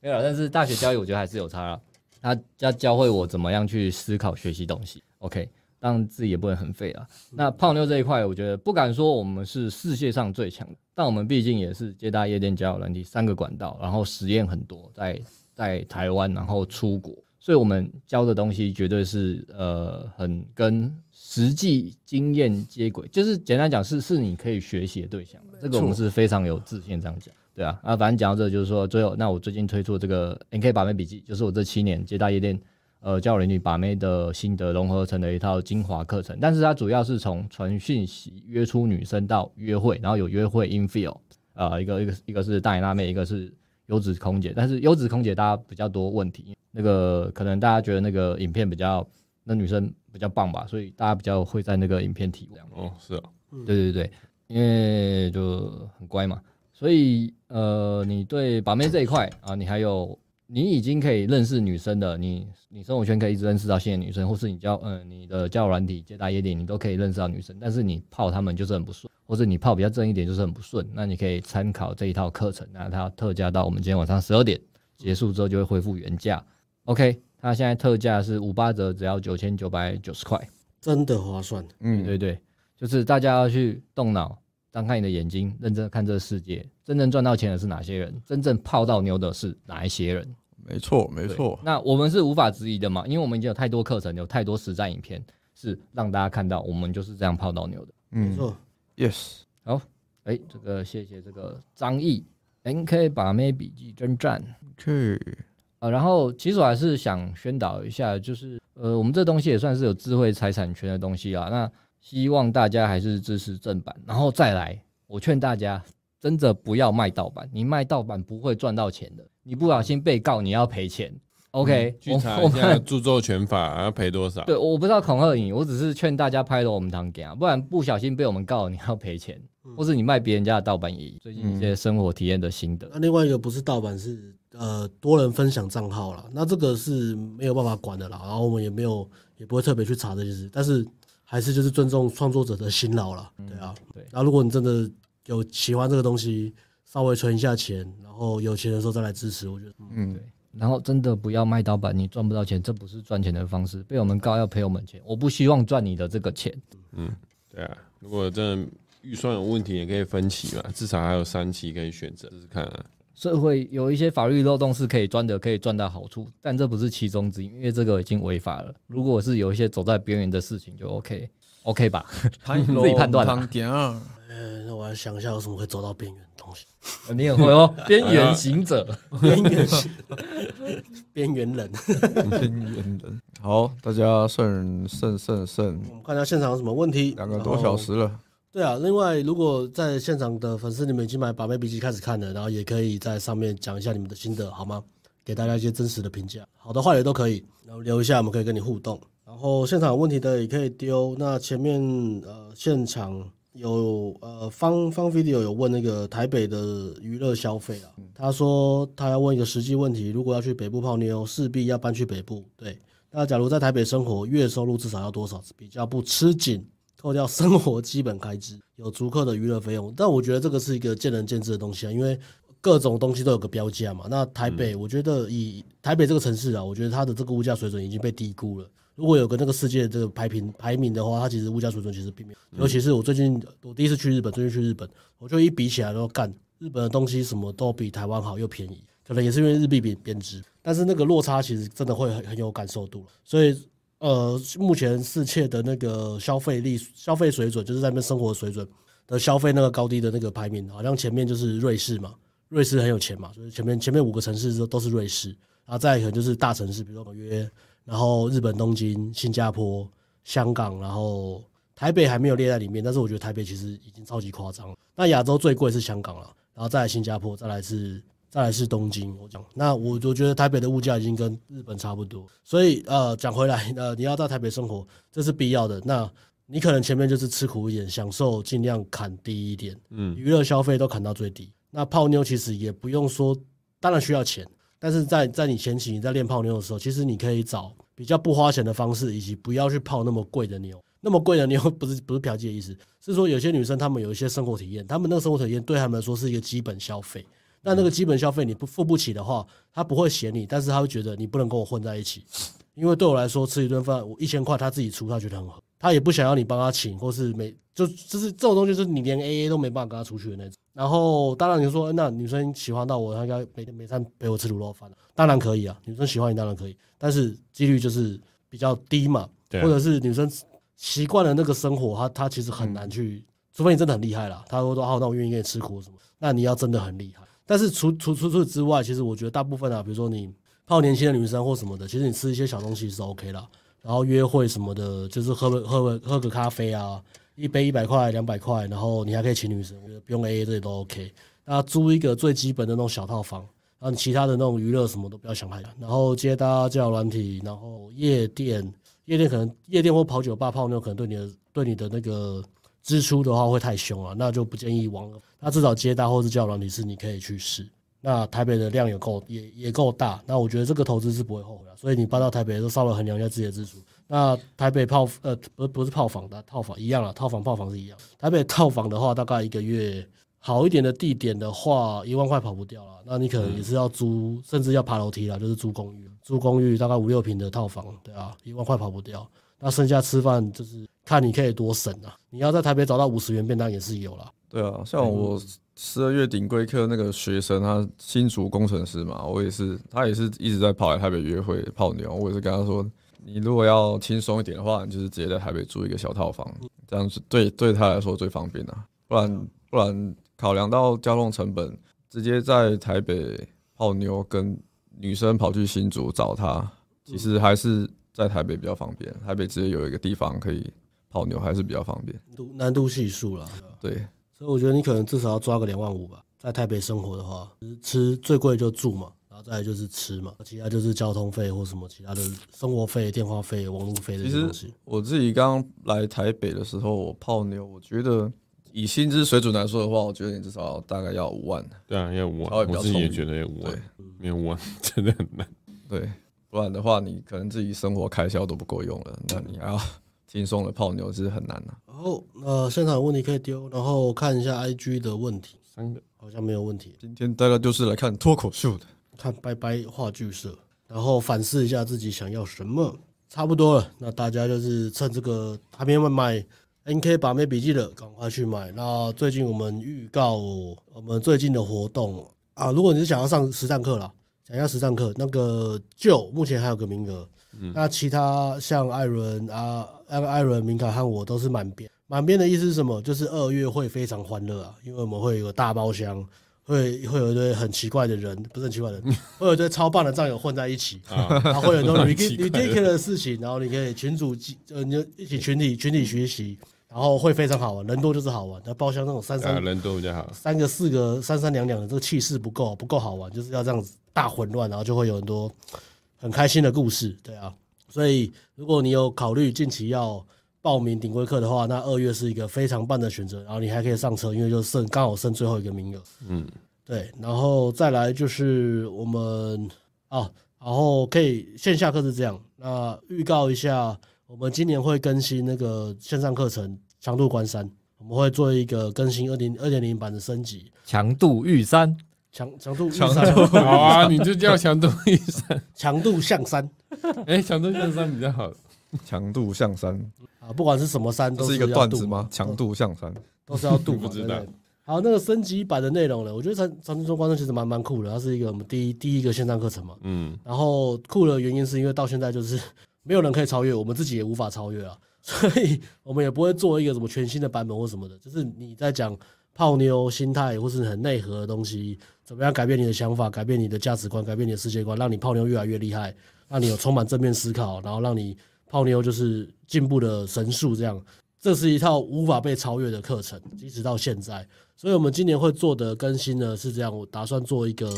Speaker 3: 没有啦，但是大学教育我觉得还是有差啦。他他教会我怎么样去思考、学习东西。OK，让自己也不能很废啊。那胖妞这一块，我觉得不敢说我们是世界上最强的，但我们毕竟也是接搭夜店交友软体三个管道，然后实验很多，在在台湾，然后出国，所以我们教的东西绝对是呃很跟实际经验接轨，就是简单讲是是你可以学习的对象，啊这个我们是非常有自信这样讲。对啊，啊，反正讲到这就是说，最后那我最近推出这个 NK 把妹笔记，就是我这七年接搭夜店呃交友人女把妹的心得融合成的一套精华课程，但是它主要是从传讯息约出女生到约会，然后有约会 in feel，呃，一个一个一个是大眼辣妹，一个是优质空姐，但是优质空姐大家比较多问题，那个可能大家觉得那个影片比较那女生比较棒吧，所以大家比较会在那个影片提问。
Speaker 5: 哦，是 哦，
Speaker 3: 对对对，因为就很乖嘛，所以呃，你对把妹这一块啊，你还有你已经可以认识女生的，你你生活圈可以一直认识到新的女生，或是你交嗯、你的交友软体、接搭夜店，你都可以认识到女生，但是你泡她们就是很不顺，或者你泡比较正一点就是很不顺，那你可以参考这一套课程，那它特价到我们今天晚上十二点结束之后就会恢复原价，OK，它现在特价是五八折，只要九千九百九十块。
Speaker 1: 真的划算。
Speaker 2: 嗯，
Speaker 3: 对对，就是大家要去动脑，张开你的眼睛，认真地看这个世界，真正赚到钱的是哪些人，真正泡到妞的是哪一些人。
Speaker 2: 没错，没
Speaker 3: 对
Speaker 2: 错，
Speaker 3: 那我们是无法质疑的嘛，因为我们已经有太多课程，有太多实战影片，是让大家看到我们就是这样泡到妞的。
Speaker 1: 没
Speaker 2: 嗯
Speaker 1: 错，
Speaker 2: ，yes，
Speaker 3: 哎，这个谢谢这个张毅，N K 把妹笔记真赞。
Speaker 2: 去，
Speaker 3: 啊，然后其实我还是想宣导一下，就是呃，我们这东西也算是有智慧财产权的东西啊。那希望大家还是支持正版，然后再来，我劝大家真的不要卖盗版，你卖盗版不会赚到钱的，你不小心被告你要赔钱。OK，、
Speaker 5: 嗯去查
Speaker 3: 我
Speaker 5: 一
Speaker 3: 我
Speaker 5: 下
Speaker 3: 们
Speaker 5: 著作权法要赔多少？
Speaker 3: 对，我不知道恐吓你，我只是劝大家拍了我们堂给啊，不然不小心被我们告，你要赔钱，
Speaker 5: 嗯
Speaker 3: 或是你卖别人家的盗版也一。最近一些生活体验的心得，
Speaker 1: 那另外一个不是盗版，是呃多人分享账号啦。那这个是没有办法管的啦，然后我们也没有也不会特别去查这件事，但是还是就是尊重创作者的辛劳啦。
Speaker 2: 嗯
Speaker 1: 对啊，
Speaker 3: 对
Speaker 1: 然后如果你真的有喜欢这个东西，稍微存一下钱，然后有钱的时候再来支持，我觉得嗯
Speaker 2: 嗯，
Speaker 3: 然后真的不要卖盗版，你赚不到钱，这不是赚钱的方式。被我们告要赔我们钱，我不希望赚你的这个钱。
Speaker 5: 对啊，如果真的预算有问题，也可以分期嘛，至少还有三期可以选择试试看啊。
Speaker 3: 社会有一些法律漏洞是可以钻的，可以赚到好处，但这不是其中之一，因为这个已经违法了。如果是有一些走在边缘的事情，就 OK OK 吧。自己判断啦
Speaker 2: 汤啊点 二，
Speaker 1: 呃那我要想一下有什么会走到边缘的东 西，
Speaker 3: 你很会哦， 边缘行者。
Speaker 1: 边缘 边缘人。
Speaker 2: 边缘人。好，大家剩剩剩剩
Speaker 1: 我们看一下现场有什么问题。
Speaker 2: 两个多小
Speaker 1: 然后
Speaker 2: 时了，
Speaker 1: 对啊，另外如果在现场的粉丝，你们已经买《把妹笔记》开始看了，然后也可以在上面讲一下你们的心得，好吗？给大家一些真实的评价，好的坏的都可以，然后留一下，我们可以跟你互动。然后现场有问题的也可以丢。那前面呃，现场有呃方方 video 有问那个台北的娱乐消费啊，他说他要问一个实际问题，如果要去北部泡妞，势必要搬去北部，对。那假如在台北生活，月收入至少要多少比较不吃紧？扣掉生活基本开支，有足够的娱乐费用。但我觉得这个是一个见仁见智的东西啊，因为各种东西都有个标价嘛。那台北，我觉得以台北这个城市啊，我觉得它的这个物价水准已经被低估了。如果有个那个世界这个排名排名的话，它其实物价水准其实并没有。尤其是我最近我第一次去日本，最近去日本，我就一比起来都干，日本的东西什么都比台湾好又便宜，可能也是因为日币贬贬值，但是那个落差其实真的会很很有感受度。所以呃，目前世界的那个消费力、消费水准，就是在那边生活水准的消费那个高低的那个排名，好像前面就是瑞士嘛，瑞士很有钱嘛，就是前面前面五个城市都都是瑞士，然后再来可能就是大城市，比如说纽约，然后日本东京、新加坡、香港，然后台北还没有列在里面，但是我觉得台北其实已经超级夸张了。那亚洲最贵是香港了，然后再来新加坡，再来是再来是东京。我讲，那我我觉得台北的物价已经跟日本差不多，所以呃，讲回来， 呃，你要在台北生活，这是必要的。那你可能前面就是吃苦一点，享受尽量砍低一点，嗯，娱乐消费都砍到最低。那泡妞其实也不用说，当然需要钱，但是在在你前期你在练泡妞的时候，其实你可以找比较不花钱的方式，以及不要去泡那么贵的妞。 那么贵的妞不是不是嫖妓的意思，是说有些女生她们有一些生活体验，她们那个生活体验对她们来说是一个基本消费。那那个基本消费你不付不起的话，她不会嫌你，但是她会觉得你不能跟我混在一起，因为对我来说吃一顿饭我一千块她自己出，她觉得很合，她也不想要你帮她请，或是没就就是这种东西，就是你连 A A 都没办法跟她出去的那种。然后当然你说那女生喜欢到我，她应该每天每餐陪我吃卤肉饭，当然可以啊，女生喜欢你当然可以，但是几率就是比较低嘛，
Speaker 5: 对啊
Speaker 1: 或者是女生习惯了那个生活，她她其实很
Speaker 5: 嗯
Speaker 1: 难去，除非你真的很厉害啦，她会说啊好，那我愿意给你吃苦什么，那你要真的很厉害。但是除除除此之外，其实我觉得大部分啊，比如说你泡年轻的女生或什么的，其实你吃一些小东西是 OK 啦，然后约会什么的，就是喝个喝个喝个咖啡啊，一杯一百块两百块，然后你还可以请女生，我觉得不用 AA 这些都 OK。那租一个最基本的那种小套房，然后你其他的那种娱乐什么都不要想太多。然后接搭交友软体，然后夜店，夜店可能夜店或跑酒吧泡妞，可能对你的对你的那个支出的话会太凶啊，那就不建议网了。那至少接搭或是交友软体是你可以去试。那台北的量也够，也也够大。那我觉得这个投资是不会后悔的，啊所以你搬到台北的时候，稍微衡量一下自己的支出。那台北泡呃不不是泡房的套房一样了，啊套房泡房是一样。台北套房的话，大概一个月好一点的地点的话，一万块跑不掉了。那你可能也是要租，甚至要爬楼梯啦，就是租公寓，租公寓大概五六平的套房，对啊，一万块跑不掉。那剩下吃饭就是看你可以多省啊。你要在台北找到五十元便当也是有啦。
Speaker 2: 对啊，像我十二月顶规课那个学生，他新竹工程师嘛，我也是，他也是一直在跑来台北约会泡妞。我也是跟他说，你如果要轻松一点的话，你就是直接在台北租一个小套房，这样子对对他来说最方便嗯啊。不然不然考量到交通成本，直接在台北泡妞跟女生跑去新竹找他，其实还是在台北比较方便。台北直接有一个地方可以泡妞，还是比较方便。
Speaker 1: 难度难度系数啦。啊
Speaker 2: 对。
Speaker 1: 所以我觉得你可能至少要抓个两万五吧，在台北生活的话，吃最贵就住嘛，然后再来就是吃嘛，其他就是交通费或什么其他的生活费、电话费、网路费这
Speaker 2: 其
Speaker 1: 些
Speaker 2: 实
Speaker 1: 东西。
Speaker 2: 我自己刚来台北的时候，我泡妞，我觉得以薪资水准来说的话，我觉得你至少要大概要五万，
Speaker 5: 对啊，要五
Speaker 2: 稍微
Speaker 5: 万，
Speaker 2: 比较
Speaker 5: 我自己也
Speaker 2: 充裕
Speaker 5: 觉得要五
Speaker 2: 对
Speaker 5: 万，没有五万真的很难。
Speaker 2: 对，不然的话，你可能自己生活开销都不够用了，那你还要轻松的泡妞是很难的、啊
Speaker 1: 然后呃，现场有问题可以丢，然后看一下 IG 的问题，
Speaker 5: 三个
Speaker 1: 好像没有问题。
Speaker 2: 今天大家就是来看脱口秀的，
Speaker 1: 看拜拜话剧社，然后反思一下自己想要什么，差不多了。那大家就是趁这个还没有买 NK 把妹笔记的，赶快去买。那最近我们预告我们最近的活动啊，如果你是想要上实战课啦，想要实战课，那个就目前还有个名额。那其他像艾伦啊、艾艾伦、敏感和我都是满编。满编的意思是什么？就是二月会非常欢乐啊，因为我们会有大包厢，会会有一堆很奇怪的人，不是很奇怪的人，会有一堆超棒的战友混在一起，然后会有那种 ridic- ridiculous 的事情，然后你可以群主记，呃，你就一起群体群体学习，然后会非常好玩，人多就是好玩。那包厢那种三
Speaker 5: 啊，
Speaker 1: 三
Speaker 5: 人多比较好。
Speaker 1: 三个、四个、三三两两的这个气势不够，不够好玩，就是要这样子大混乱，然后就会有很多很开心的故事，对啊。所以如果你有考虑近期要报名顶规课的话，那二月是一个非常棒的选择，然后你还可以上车，因为就剩刚好剩最后一个名额，
Speaker 5: 嗯，
Speaker 1: 对，然后再来就是我们啊，然后可以线下课是这样，那预告一下，我们今年会更新那个线上课程强度关山。我们会做一个更新二点二点零版的升级，
Speaker 3: 强度玉山，
Speaker 1: 强强度强度
Speaker 5: 好啊，你就叫强度一三，
Speaker 1: 强度向山
Speaker 5: 哎，强度一三比较好。
Speaker 2: 强度向山，
Speaker 1: 啊，不管是什么山
Speaker 2: 这
Speaker 1: 都
Speaker 2: 是一
Speaker 1: 要
Speaker 2: 个段
Speaker 1: 渡
Speaker 2: 子吗
Speaker 1: 嘛？
Speaker 2: 强度向山，
Speaker 1: 都是要度嘛，
Speaker 5: 不知
Speaker 1: 对不
Speaker 5: 道
Speaker 1: 对？好，那个升级版的内容呢，我觉得长长春中观众其实蛮蛮酷的，它是一个我们第一第一个线上课程嘛。
Speaker 5: 嗯，
Speaker 1: 然后酷的原因是因为到现在就是 没有人可以超越，我们自己也无法超越啊， 所以我们也不会做一个什么全新的版本或什么的。就是你在讲泡妞心态或是很内核的东西，怎么样改变你的想法，改变你的价值观，改变你的世界观，让你泡妞越来越厉害，让你有充满正面思考，然后让你泡妞就是进步的神速这样。这是一套无法被超越的课程，即使到现在。所以我们今年会做的更新呢是这样，我打算做一个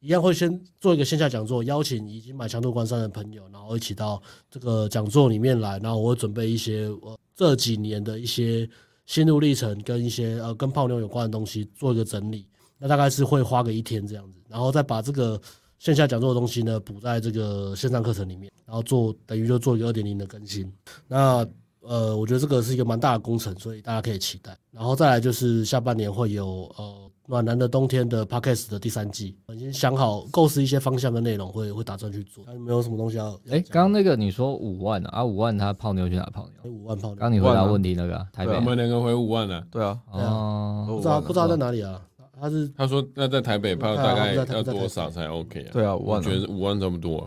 Speaker 1: 一样会先做一个线下讲座，邀请已经买强度关山的朋友，然后一起到这个讲座里面来，然后我会准备一些呃这几年的一些心路历程跟一些呃跟泡妞有关的东西做一个整理。那大概是会花个一天这样子，然后再把这个线下讲座的东西呢补在这个线上课程里面，然后做等于就做一个二点零的更新。那呃，我觉得这个是一个蛮大的工程，所以大家可以期待。然后再来就是下半年会有呃暖男的冬天的 podcast 的第三季，我已经想好构思一些方向跟内容，会会打算去做。那你们有什么东西要？
Speaker 3: 哎，刚刚那个你说五万啊，啊五万他泡妞去哪泡妞？
Speaker 1: 五万泡妞，
Speaker 3: 刚你回答问题那个啊台北
Speaker 5: 我们两个回五万了。
Speaker 2: 对啊，
Speaker 3: 哦，
Speaker 1: 不知道不知道在哪里啊？他是
Speaker 5: 他说那在台北泡大概
Speaker 1: 不在台不
Speaker 5: 要
Speaker 1: 在台
Speaker 5: 多少才 OK 啊？
Speaker 2: 对啊，五
Speaker 5: 我
Speaker 2: 万
Speaker 5: 觉
Speaker 2: 啊，
Speaker 5: 得五万差不多啊。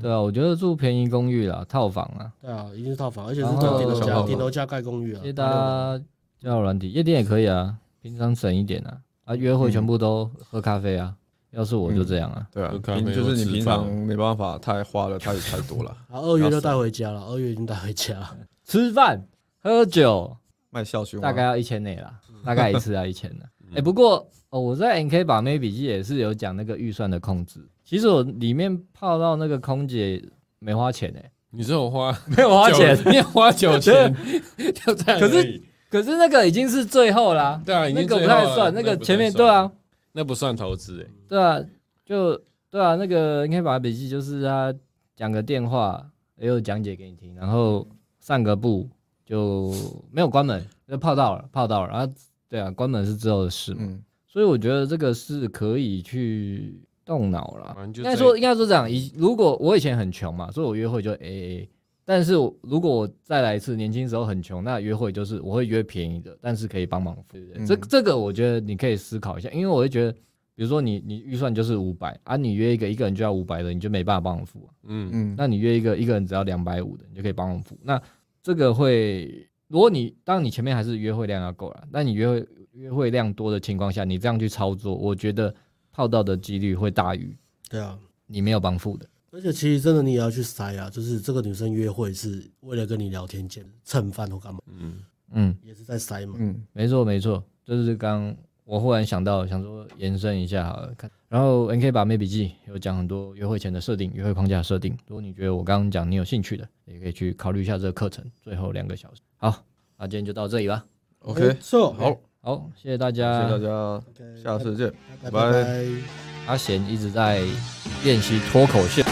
Speaker 3: 对啊，我觉得住便宜公寓啦，套房啊，
Speaker 1: 对啊，一定是套房，而且是
Speaker 3: 然
Speaker 1: 顶
Speaker 3: 后
Speaker 1: 楼
Speaker 2: 哦小套
Speaker 1: 加
Speaker 2: 房
Speaker 1: 顶楼加盖公寓啊
Speaker 3: 接。搭交友软体，夜店也可以啊，平常省一点啊，啊，约
Speaker 5: 嗯
Speaker 3: 会全部都喝咖啡啊，要是我就这样啊，
Speaker 2: 对啊
Speaker 5: 喝，咖啡
Speaker 2: 平就是你
Speaker 5: 吃
Speaker 2: 平
Speaker 5: 饭
Speaker 2: 常没办法太花的太太多了，
Speaker 1: 啊，二月就带回家了，二月已经带回家了。
Speaker 3: 吃饭喝酒
Speaker 2: 卖校
Speaker 5: 啊
Speaker 2: 区
Speaker 3: 大概要一千内啦，
Speaker 5: 嗯
Speaker 3: 大概一次要一千 呢。哎，不过哦，我在 NK 把妹笔记也是有讲那个预算的控制，其实我里面泡到那个空姐没花钱 哎，
Speaker 5: 你只有花
Speaker 3: 没有花
Speaker 5: 九，你有花九千， 就这样而
Speaker 3: 可
Speaker 5: 已。
Speaker 3: 是可是那个已经是最后啦，
Speaker 5: 对啊，已经
Speaker 3: 那个不
Speaker 5: 最后
Speaker 3: 太
Speaker 5: 了
Speaker 3: 算，那
Speaker 5: 不
Speaker 3: 个
Speaker 5: 太
Speaker 3: 前面
Speaker 5: 算
Speaker 3: 对啊。，
Speaker 5: 那不算投资欸诶。
Speaker 3: 对啊，就对啊，那个应该把笔记就是他讲个电话，也有讲解给你听，然后散个步就没有关门，就泡到了，泡到了，然后对啊，关门是之后的事嘛，
Speaker 2: 嗯，
Speaker 3: 所以我觉得这个是可以去动脑啦。
Speaker 5: 反正就
Speaker 3: 应该
Speaker 5: 这
Speaker 3: 说应该说这样，以如果我以前很穷嘛，所以我约会就 A A。但是我如果我再来一次，年轻时候很穷，那约会就是我会约便宜的，但是可以帮忙付。对不对
Speaker 2: 嗯
Speaker 3: 这这个我觉得你可以思考一下，因为我会觉得，比如说你你预算就是五百啊，你约一个一个人就要五百的，你就没办法帮我付啊、
Speaker 5: 嗯，
Speaker 2: 嗯，
Speaker 3: 那你约一个一个人只要两百五的，你就可以帮我付。那这个会，如果你当你前面还是约会量要够了，那你约会约会量多的情况下，你这样去操作，我觉得泡到的几率会大于
Speaker 1: 对啊，
Speaker 3: 你没有帮付的。
Speaker 1: 而且其实真的你也要去筛啊，就是这个女生约会是为了跟你聊天见蹭饭或干嘛，
Speaker 3: 嗯，
Speaker 1: 也是在筛嘛。
Speaker 2: 嗯，
Speaker 3: 没错没错，就是刚我忽然想到，想说延伸一下好了。看，然后 N K 把妹笔记有讲很多约会前的设定、约会框架设定。如果你觉得我刚刚讲你有兴趣的，也可以去考虑一下这个课程。最后两个小时，好，那今天就到这里吧。
Speaker 2: OK，
Speaker 1: 哎错，
Speaker 2: 好，谢
Speaker 3: 好，谢谢大家。
Speaker 2: 谢大家，
Speaker 1: OK，
Speaker 2: 下次见。
Speaker 1: 哎拜
Speaker 2: 拜
Speaker 1: 拜。
Speaker 3: 阿贤一直在练习脱口秀。